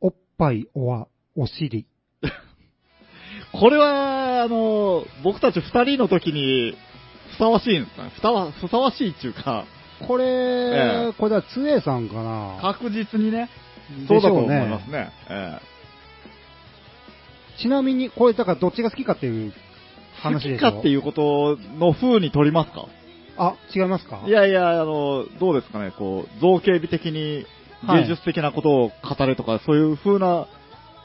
[SPEAKER 2] おっぱい、おわ、お尻。
[SPEAKER 1] これは、あの、僕たち二人の時に、ふさわしいんですかねふさわ、ふさわしいっていうか、
[SPEAKER 2] これ、
[SPEAKER 1] ええ
[SPEAKER 2] これはつえさんかな
[SPEAKER 1] 確実にね、そ
[SPEAKER 2] で
[SPEAKER 1] う
[SPEAKER 2] し
[SPEAKER 1] だと
[SPEAKER 2] ょ
[SPEAKER 1] 思
[SPEAKER 2] う
[SPEAKER 1] います
[SPEAKER 2] ね。
[SPEAKER 1] ね。え
[SPEAKER 2] ちなみに、これ、だからどっちが好きかっていう
[SPEAKER 1] え
[SPEAKER 2] 話でしょ
[SPEAKER 1] 好きかっていうことの風に取りますか
[SPEAKER 2] あ、違いますか
[SPEAKER 1] いやいや、あの、どうですかね、こう、造形美的に、
[SPEAKER 2] はい
[SPEAKER 1] 芸術的なことを語れとか、そういう風な、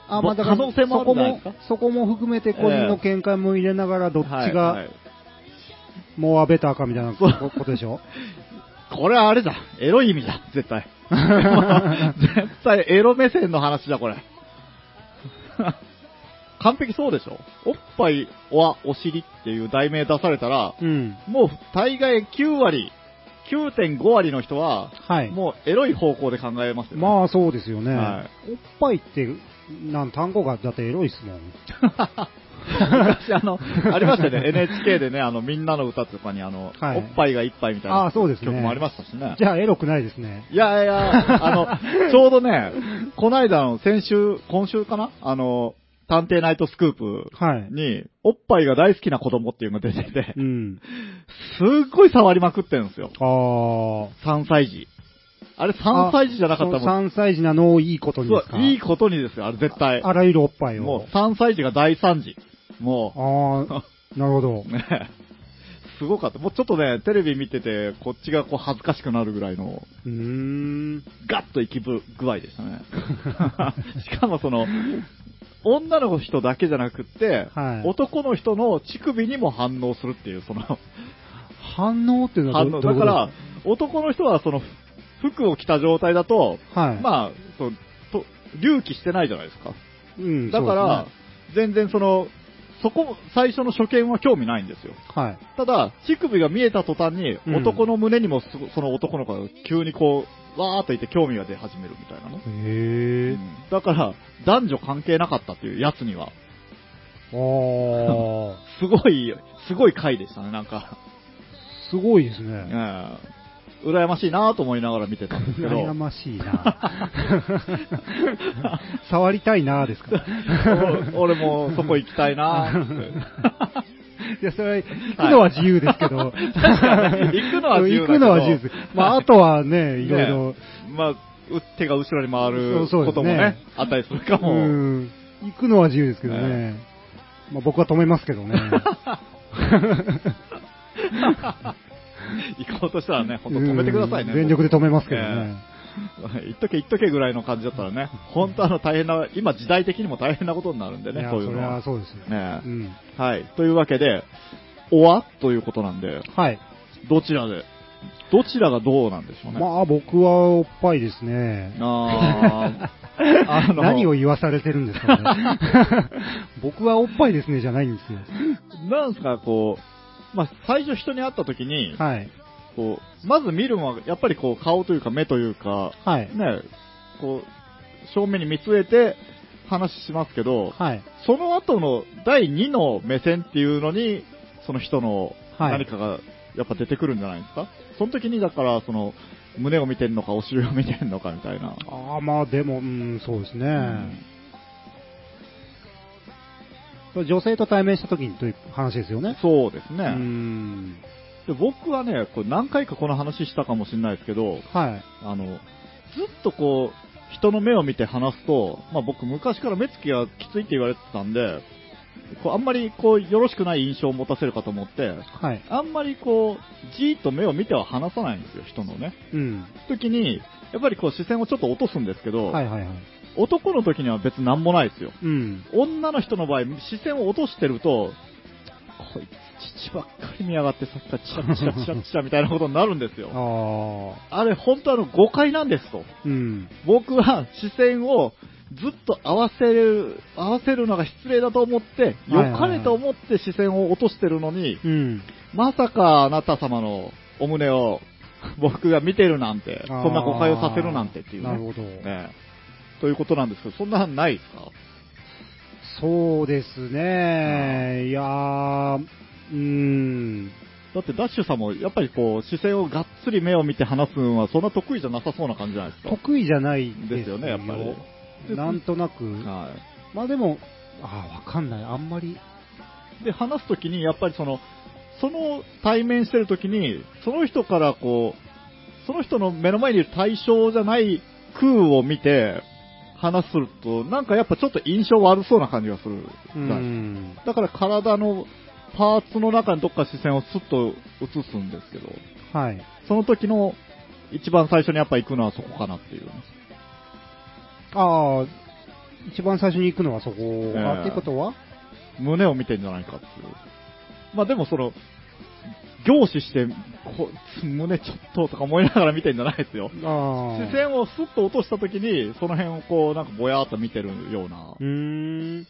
[SPEAKER 2] あ、
[SPEAKER 1] ぼ
[SPEAKER 2] まあ、だから
[SPEAKER 1] 可能性もあるんじゃないですか
[SPEAKER 2] そこも、そこも含めて個人の見解も入れながら、どっち
[SPEAKER 1] はいは
[SPEAKER 2] が
[SPEAKER 1] い
[SPEAKER 2] もうアベターかみたいなこ
[SPEAKER 1] そう
[SPEAKER 2] ことでしょ
[SPEAKER 1] これはあれだ、エロい意味だ、絶 対。絶対エロ目線の話だ、これ。 完璧そうでしょおっぱいはお尻っていう題名出されたら、
[SPEAKER 2] うん。
[SPEAKER 1] もう大概9割、9.5割の人は、
[SPEAKER 2] はい。
[SPEAKER 1] もうエロい方向で考えますよ、ね。
[SPEAKER 2] まあそうですよね、
[SPEAKER 1] は
[SPEAKER 2] おっぱいってなん単語がだってエロいっすもん、
[SPEAKER 1] 昔あの、ありましたよね、NHK でね、あの、みんなの歌とかに、あの、
[SPEAKER 2] はい
[SPEAKER 1] おっぱいが一杯みたいな
[SPEAKER 2] あそうですね
[SPEAKER 1] 曲もありましたしね。
[SPEAKER 2] じゃあエロくないですね、
[SPEAKER 1] いやいや、あ の、ちょうどね、この間の先週、今週かなあの、探偵ナイトスクープ
[SPEAKER 2] はい、
[SPEAKER 1] に、おっぱいが大好きな子供っていうのが出てて
[SPEAKER 2] う、ん、
[SPEAKER 1] すっごい触りまくってるんですよ。
[SPEAKER 2] あー
[SPEAKER 1] 3歳児。あれ3歳児じゃなかった
[SPEAKER 2] そ
[SPEAKER 1] もん。
[SPEAKER 2] の3歳児なのをいいことにです
[SPEAKER 1] そ
[SPEAKER 2] か
[SPEAKER 1] ういいことにですよ、あれ絶対。
[SPEAKER 2] あらゆるおっぱいを、
[SPEAKER 1] もう3歳児が大惨事。もう。
[SPEAKER 2] あ あ、なるほど、
[SPEAKER 1] ねすごかった。もうちょっとね、テレビ見てて、こっちがこう恥ずかしくなるぐらいの、
[SPEAKER 2] うーん、
[SPEAKER 1] ガッといきぶ具合でした ね。しかもその、女の人だけじゃなくって、
[SPEAKER 2] はい
[SPEAKER 1] 男の人の乳首にも反応するっていう、その、
[SPEAKER 2] 反応っていうのは
[SPEAKER 1] 反
[SPEAKER 2] ど
[SPEAKER 1] 応。
[SPEAKER 2] ど
[SPEAKER 1] だ
[SPEAKER 2] ういう
[SPEAKER 1] か
[SPEAKER 2] こと
[SPEAKER 1] ら、男の人はその、服を着た状態だと、
[SPEAKER 2] はい
[SPEAKER 1] まあ、そうと隆起してないじゃないですか。
[SPEAKER 2] うん、
[SPEAKER 1] だから、
[SPEAKER 2] そうで
[SPEAKER 1] 全然その、そこ、最初の初見は興味ないんですよ。
[SPEAKER 2] すねはい、
[SPEAKER 1] ただ、乳首が見えた途端に、
[SPEAKER 2] うん
[SPEAKER 1] 男の胸にもすごその男の子が急にこう、わーっといて興味が出始めるみたいなの。
[SPEAKER 2] へえ、
[SPEAKER 1] だから、男女関係なかったっていうやつには、
[SPEAKER 2] あ あ、
[SPEAKER 1] すごい、すごい回でしたね、なんか。
[SPEAKER 2] すごいです
[SPEAKER 1] う
[SPEAKER 2] ね、
[SPEAKER 1] ん。羨ましいなと思いながら見てたん ですけど。
[SPEAKER 2] 悩まし いな、触りたいなですか。
[SPEAKER 1] お 俺もそこ行きたいなって。
[SPEAKER 2] いや、それ、行くのは自由ですけ
[SPEAKER 1] 行
[SPEAKER 2] ど。
[SPEAKER 1] くのは自由だけど
[SPEAKER 2] 行くのは自由です。まあ、あとはね、 いろいろ
[SPEAKER 1] ね。まあ、う手が後ろに回る
[SPEAKER 2] そうそう
[SPEAKER 1] こ
[SPEAKER 2] で
[SPEAKER 1] と
[SPEAKER 2] すね
[SPEAKER 1] もね、あったりするか
[SPEAKER 2] う
[SPEAKER 1] も。
[SPEAKER 2] ん。行くのは自由ですけどね。まあ、僕は止めますけど ね。
[SPEAKER 1] 行こうとしたらね、本当止めてくださいね。
[SPEAKER 2] うん全力で止めますけど
[SPEAKER 1] ええ
[SPEAKER 2] ね。
[SPEAKER 1] 言っとけ言っとけぐらいの感じだったらね、本当あの大変な、今時代的にも大変なことになるんで
[SPEAKER 2] い
[SPEAKER 1] ね
[SPEAKER 2] や、
[SPEAKER 1] そういう
[SPEAKER 2] それ
[SPEAKER 1] のは
[SPEAKER 2] は。そうですよ。
[SPEAKER 1] ね
[SPEAKER 2] う、ん。
[SPEAKER 1] はい。というわけで、おわということなんで、
[SPEAKER 2] はい。
[SPEAKER 1] どちらでどちらがどうなんでしょうね。
[SPEAKER 2] まあ僕はおっぱいですね。
[SPEAKER 1] あ ーあの
[SPEAKER 2] 何を言わされてるんですかね。 僕はおっぱいですねじゃないんですよ。
[SPEAKER 1] なんすか、こう、まあ、最初人に会った時に、
[SPEAKER 2] はい。
[SPEAKER 1] こう、まず見るのは、やっぱりこう、顔というか目というか、
[SPEAKER 2] はい。
[SPEAKER 1] ね、こう、正面に見据えて話しますけど、
[SPEAKER 2] はい。
[SPEAKER 1] その後の第2の目線っていうのに、その人の
[SPEAKER 2] はい
[SPEAKER 1] 何かがやっぱ出てくるんじゃないですか、その時にだから、その、胸を見てんのか、お尻を見てんのかみたいな。
[SPEAKER 2] ああ、まあでも、うん、そうですね。女性と対面した時にという話ですよね。
[SPEAKER 1] そうです
[SPEAKER 2] う
[SPEAKER 1] ね。
[SPEAKER 2] ん。
[SPEAKER 1] で僕はね、これ何回かこの話したかもしれないですけど、
[SPEAKER 2] はい。
[SPEAKER 1] あの、ずっとこう、人の目を見て話すと、まあ僕昔から目つきがきついって言われてたんで、こうあんまりこう、よろしくない印象を持たせるかと思って、
[SPEAKER 2] はい。
[SPEAKER 1] あんまりこう、じーっと目を見ては話さないんですよ、人のね。
[SPEAKER 2] うん。
[SPEAKER 1] 時に、やっぱりこう視線をちょっと落とすんですけど、
[SPEAKER 2] はいはいはい。
[SPEAKER 1] 男の時には別になんもないですよ。
[SPEAKER 2] うん。
[SPEAKER 1] 女の人の場合、視線を落としてると、こいつ、乳ばっかり見やがって、さっきからチラチラチラチラみたいなことになるんですよ。
[SPEAKER 2] ああ。
[SPEAKER 1] あれ、本当あの、誤解なんですと。
[SPEAKER 2] うん。
[SPEAKER 1] 僕は視線をずっと合わせる、合わせるのが失礼だと思って、
[SPEAKER 2] はいはい
[SPEAKER 1] 良かれと思って視線を落としてるのに、
[SPEAKER 2] うん。
[SPEAKER 1] まさかあなた様のお胸を僕が見てるなんて、そんな誤解をさせるなんてっていうね。
[SPEAKER 2] なるほど。
[SPEAKER 1] ねということなんですけど、そんなのないですか
[SPEAKER 2] そうですね。いやー、うん。
[SPEAKER 1] だってダッシュさんもやっぱりこう視線をがっつり目を見て話すのはそんな得意じゃなさそうな感じじゃないですか。
[SPEAKER 2] 得意じゃないです
[SPEAKER 1] ですよね、やっぱり。
[SPEAKER 2] なんとなく。
[SPEAKER 1] は
[SPEAKER 2] まあでも、ああ、わかんない。あんまり。
[SPEAKER 1] い。で、話すときにやっぱりその、その対面してるときに、その人からこう、その人の目の前にいる対象じゃない空を見て話すると、なんかやっぱちょっと印象悪そうな感じがする。
[SPEAKER 2] うん。
[SPEAKER 1] だから体のパーツの中にどっか視線をスッと移すんですけど、
[SPEAKER 2] はい。
[SPEAKER 1] その時の一番最初にやっぱ行くのはそこかなっていう。
[SPEAKER 2] ああ、一番最初に行くのはそこ。
[SPEAKER 1] え
[SPEAKER 2] あってことは
[SPEAKER 1] 胸を見てんじゃないかっていう。まあでもその、凝視して、こ胸ちょっととか思いながら見てんじゃないですよ。
[SPEAKER 2] ああ。
[SPEAKER 1] 視線をスッと落とした時に、その辺をこう、なんかぼやーっと見てるような
[SPEAKER 2] う。ーん。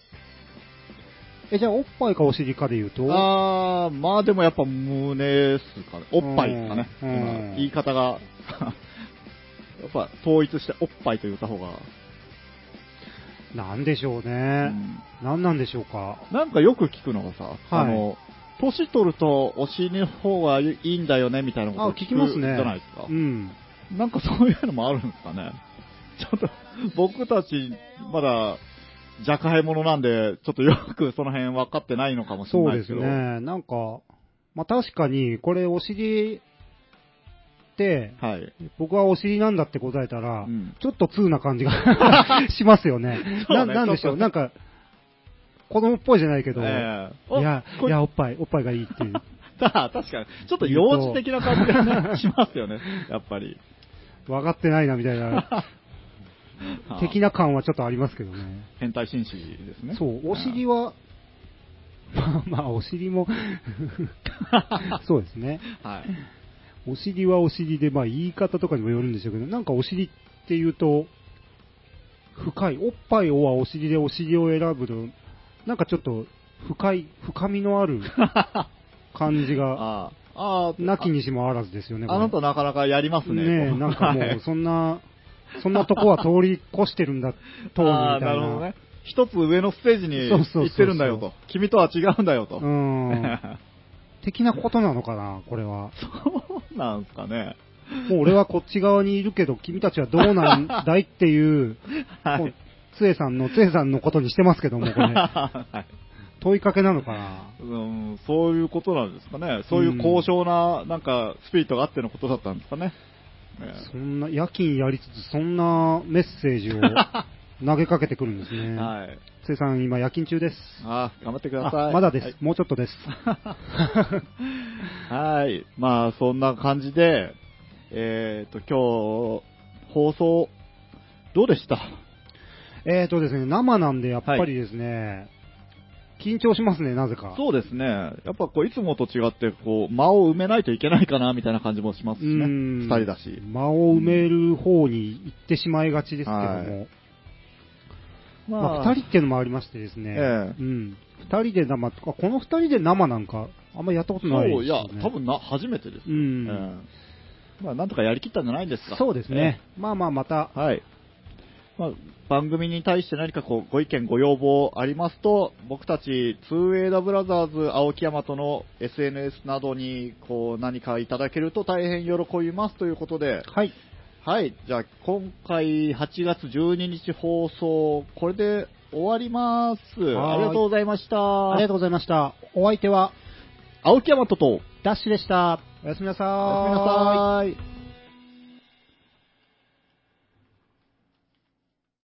[SPEAKER 2] え、じゃあ、おっぱいかお尻かで言うと
[SPEAKER 1] あー、まあでもやっぱ胸っすかね。おっぱいですかね。
[SPEAKER 2] うん
[SPEAKER 1] 今
[SPEAKER 2] うん
[SPEAKER 1] 言い方が、 やっぱ統一しておっぱいと言った方が、
[SPEAKER 2] なんでしょう
[SPEAKER 1] う
[SPEAKER 2] ね。
[SPEAKER 1] ん
[SPEAKER 2] なんなんでしょうか。
[SPEAKER 1] なんかよく聞くのがさ、あの、年取るとお尻の方がいいんだよねみたいなこと
[SPEAKER 2] あ、聞きますね。
[SPEAKER 1] じゃないですか
[SPEAKER 2] う。ん。
[SPEAKER 1] なんかそういうのもあるんですかね。 ちょっと、僕たち、まだ、若輩者なんで、ちょっとよくその辺分かってないのかもしれ
[SPEAKER 2] そう
[SPEAKER 1] ない
[SPEAKER 2] で
[SPEAKER 1] です
[SPEAKER 2] す
[SPEAKER 1] けど。
[SPEAKER 2] ね。なんか、まあ、確かに、これお尻って、
[SPEAKER 1] はい。
[SPEAKER 2] 僕はお尻なんだって答えたら、
[SPEAKER 1] うん
[SPEAKER 2] ちょっと通な感じが しますよね。
[SPEAKER 1] そう
[SPEAKER 2] な
[SPEAKER 1] ね
[SPEAKER 2] なんでし
[SPEAKER 1] ちょ
[SPEAKER 2] ょ
[SPEAKER 1] っ
[SPEAKER 2] う、
[SPEAKER 1] と
[SPEAKER 2] なんか、子供っぽいじゃないけど、
[SPEAKER 1] ええ
[SPEAKER 2] いや
[SPEAKER 1] お、こ
[SPEAKER 2] いや、おっぱい、おっぱいがいいっていう。
[SPEAKER 1] ただ確かに、ちょっと幼児的な感じがねします よね、やっぱり。
[SPEAKER 2] 分かってないな、みたい な、的
[SPEAKER 1] な。
[SPEAKER 2] な感はちょっとありますけどね。
[SPEAKER 1] 変態紳士ですね。
[SPEAKER 2] そう、お尻は、まあまあ、お 尻も、そうですね。
[SPEAKER 1] はい。
[SPEAKER 2] お尻はお尻で、まあ、言い方とかにもよるんでしょうけど、なんかお尻っていうと、深い、おっぱいをはお尻でお尻を選ぶの、なんかちょっと、深い、深みのある感じが、
[SPEAKER 1] ああ、ああ、
[SPEAKER 2] なきにしもあらずですよね。
[SPEAKER 1] あ
[SPEAKER 2] これ
[SPEAKER 1] なたなかなかやりますね。
[SPEAKER 2] ねえ、
[SPEAKER 1] こう
[SPEAKER 2] なんかも、
[SPEAKER 1] はいう
[SPEAKER 2] そ んな、そんなとこは通り越してるんだ、とうにみ
[SPEAKER 1] ああ、
[SPEAKER 2] た
[SPEAKER 1] ないる
[SPEAKER 2] な。
[SPEAKER 1] ほどね。一つ上のステージに
[SPEAKER 2] そうそうそうそう
[SPEAKER 1] 行ってるんだよと。君とは違うんだよと。
[SPEAKER 2] うん。的なことなのかな、これは。
[SPEAKER 1] そうなんすかね。
[SPEAKER 2] もう俺はこっち側にいるけど、君たちはどうなんだいっていう、
[SPEAKER 1] はい
[SPEAKER 2] もう、つえさんの、つえさんのことにしてますけども、こ れ。
[SPEAKER 1] はい
[SPEAKER 2] 問いかけなのかな。
[SPEAKER 1] うん、そういうことなんですかね。そういう高尚な、なんか、スピリットがあってのことだったんですかね。ね
[SPEAKER 2] そんな、夜勤やりつつ、そんなメッセージを投げかけてくるんですね。
[SPEAKER 1] はい。
[SPEAKER 2] つえさん、今夜勤中です。
[SPEAKER 1] あー頑張ってくださ
[SPEAKER 2] あ
[SPEAKER 1] い。
[SPEAKER 2] まだです、
[SPEAKER 1] はい
[SPEAKER 2] もうちょ っとです。
[SPEAKER 1] はい。まあ、そんな感じで、えっ、と、今日、放送、どうでした
[SPEAKER 2] えーとですね、生なんでやっぱりですね、緊張しますね、なぜか。
[SPEAKER 1] そうですね。やっぱこう、いつもと違って、こう、間を埋めないといけないかな、みたいな感じもしますしね。
[SPEAKER 2] うん
[SPEAKER 1] 二人だし。
[SPEAKER 2] 間を埋める方に行ってしまいがちですけども、
[SPEAKER 1] はい
[SPEAKER 2] ま
[SPEAKER 1] ま
[SPEAKER 2] あ、2人っていうのもありましてですね、
[SPEAKER 1] ええ
[SPEAKER 2] うん、2人で生とか、この2人で生なんか、あんまやったことないです、ね、
[SPEAKER 1] そう、いや、多分な、初めてです。
[SPEAKER 2] うん
[SPEAKER 1] まあ、なんとかやりきったんじゃないんですか。
[SPEAKER 2] そうですね、まあまあ、また、
[SPEAKER 1] ええ。はい。まあ、番組に対して何かこう、ご意見、ご要望ありますと、僕たち、2A ダブラザーズ、青木山との SNS などに、こう、何かいただけると大変喜びますということで、
[SPEAKER 2] はい、
[SPEAKER 1] はい、じゃあ今回8月12日放送、これで終わります。
[SPEAKER 2] はーい
[SPEAKER 1] ありがとうございました。
[SPEAKER 2] ありがとうございました。お相手は、
[SPEAKER 1] 青木山とと、
[SPEAKER 2] ダッシュでした。おやすみなさー
[SPEAKER 1] おやすみなさい。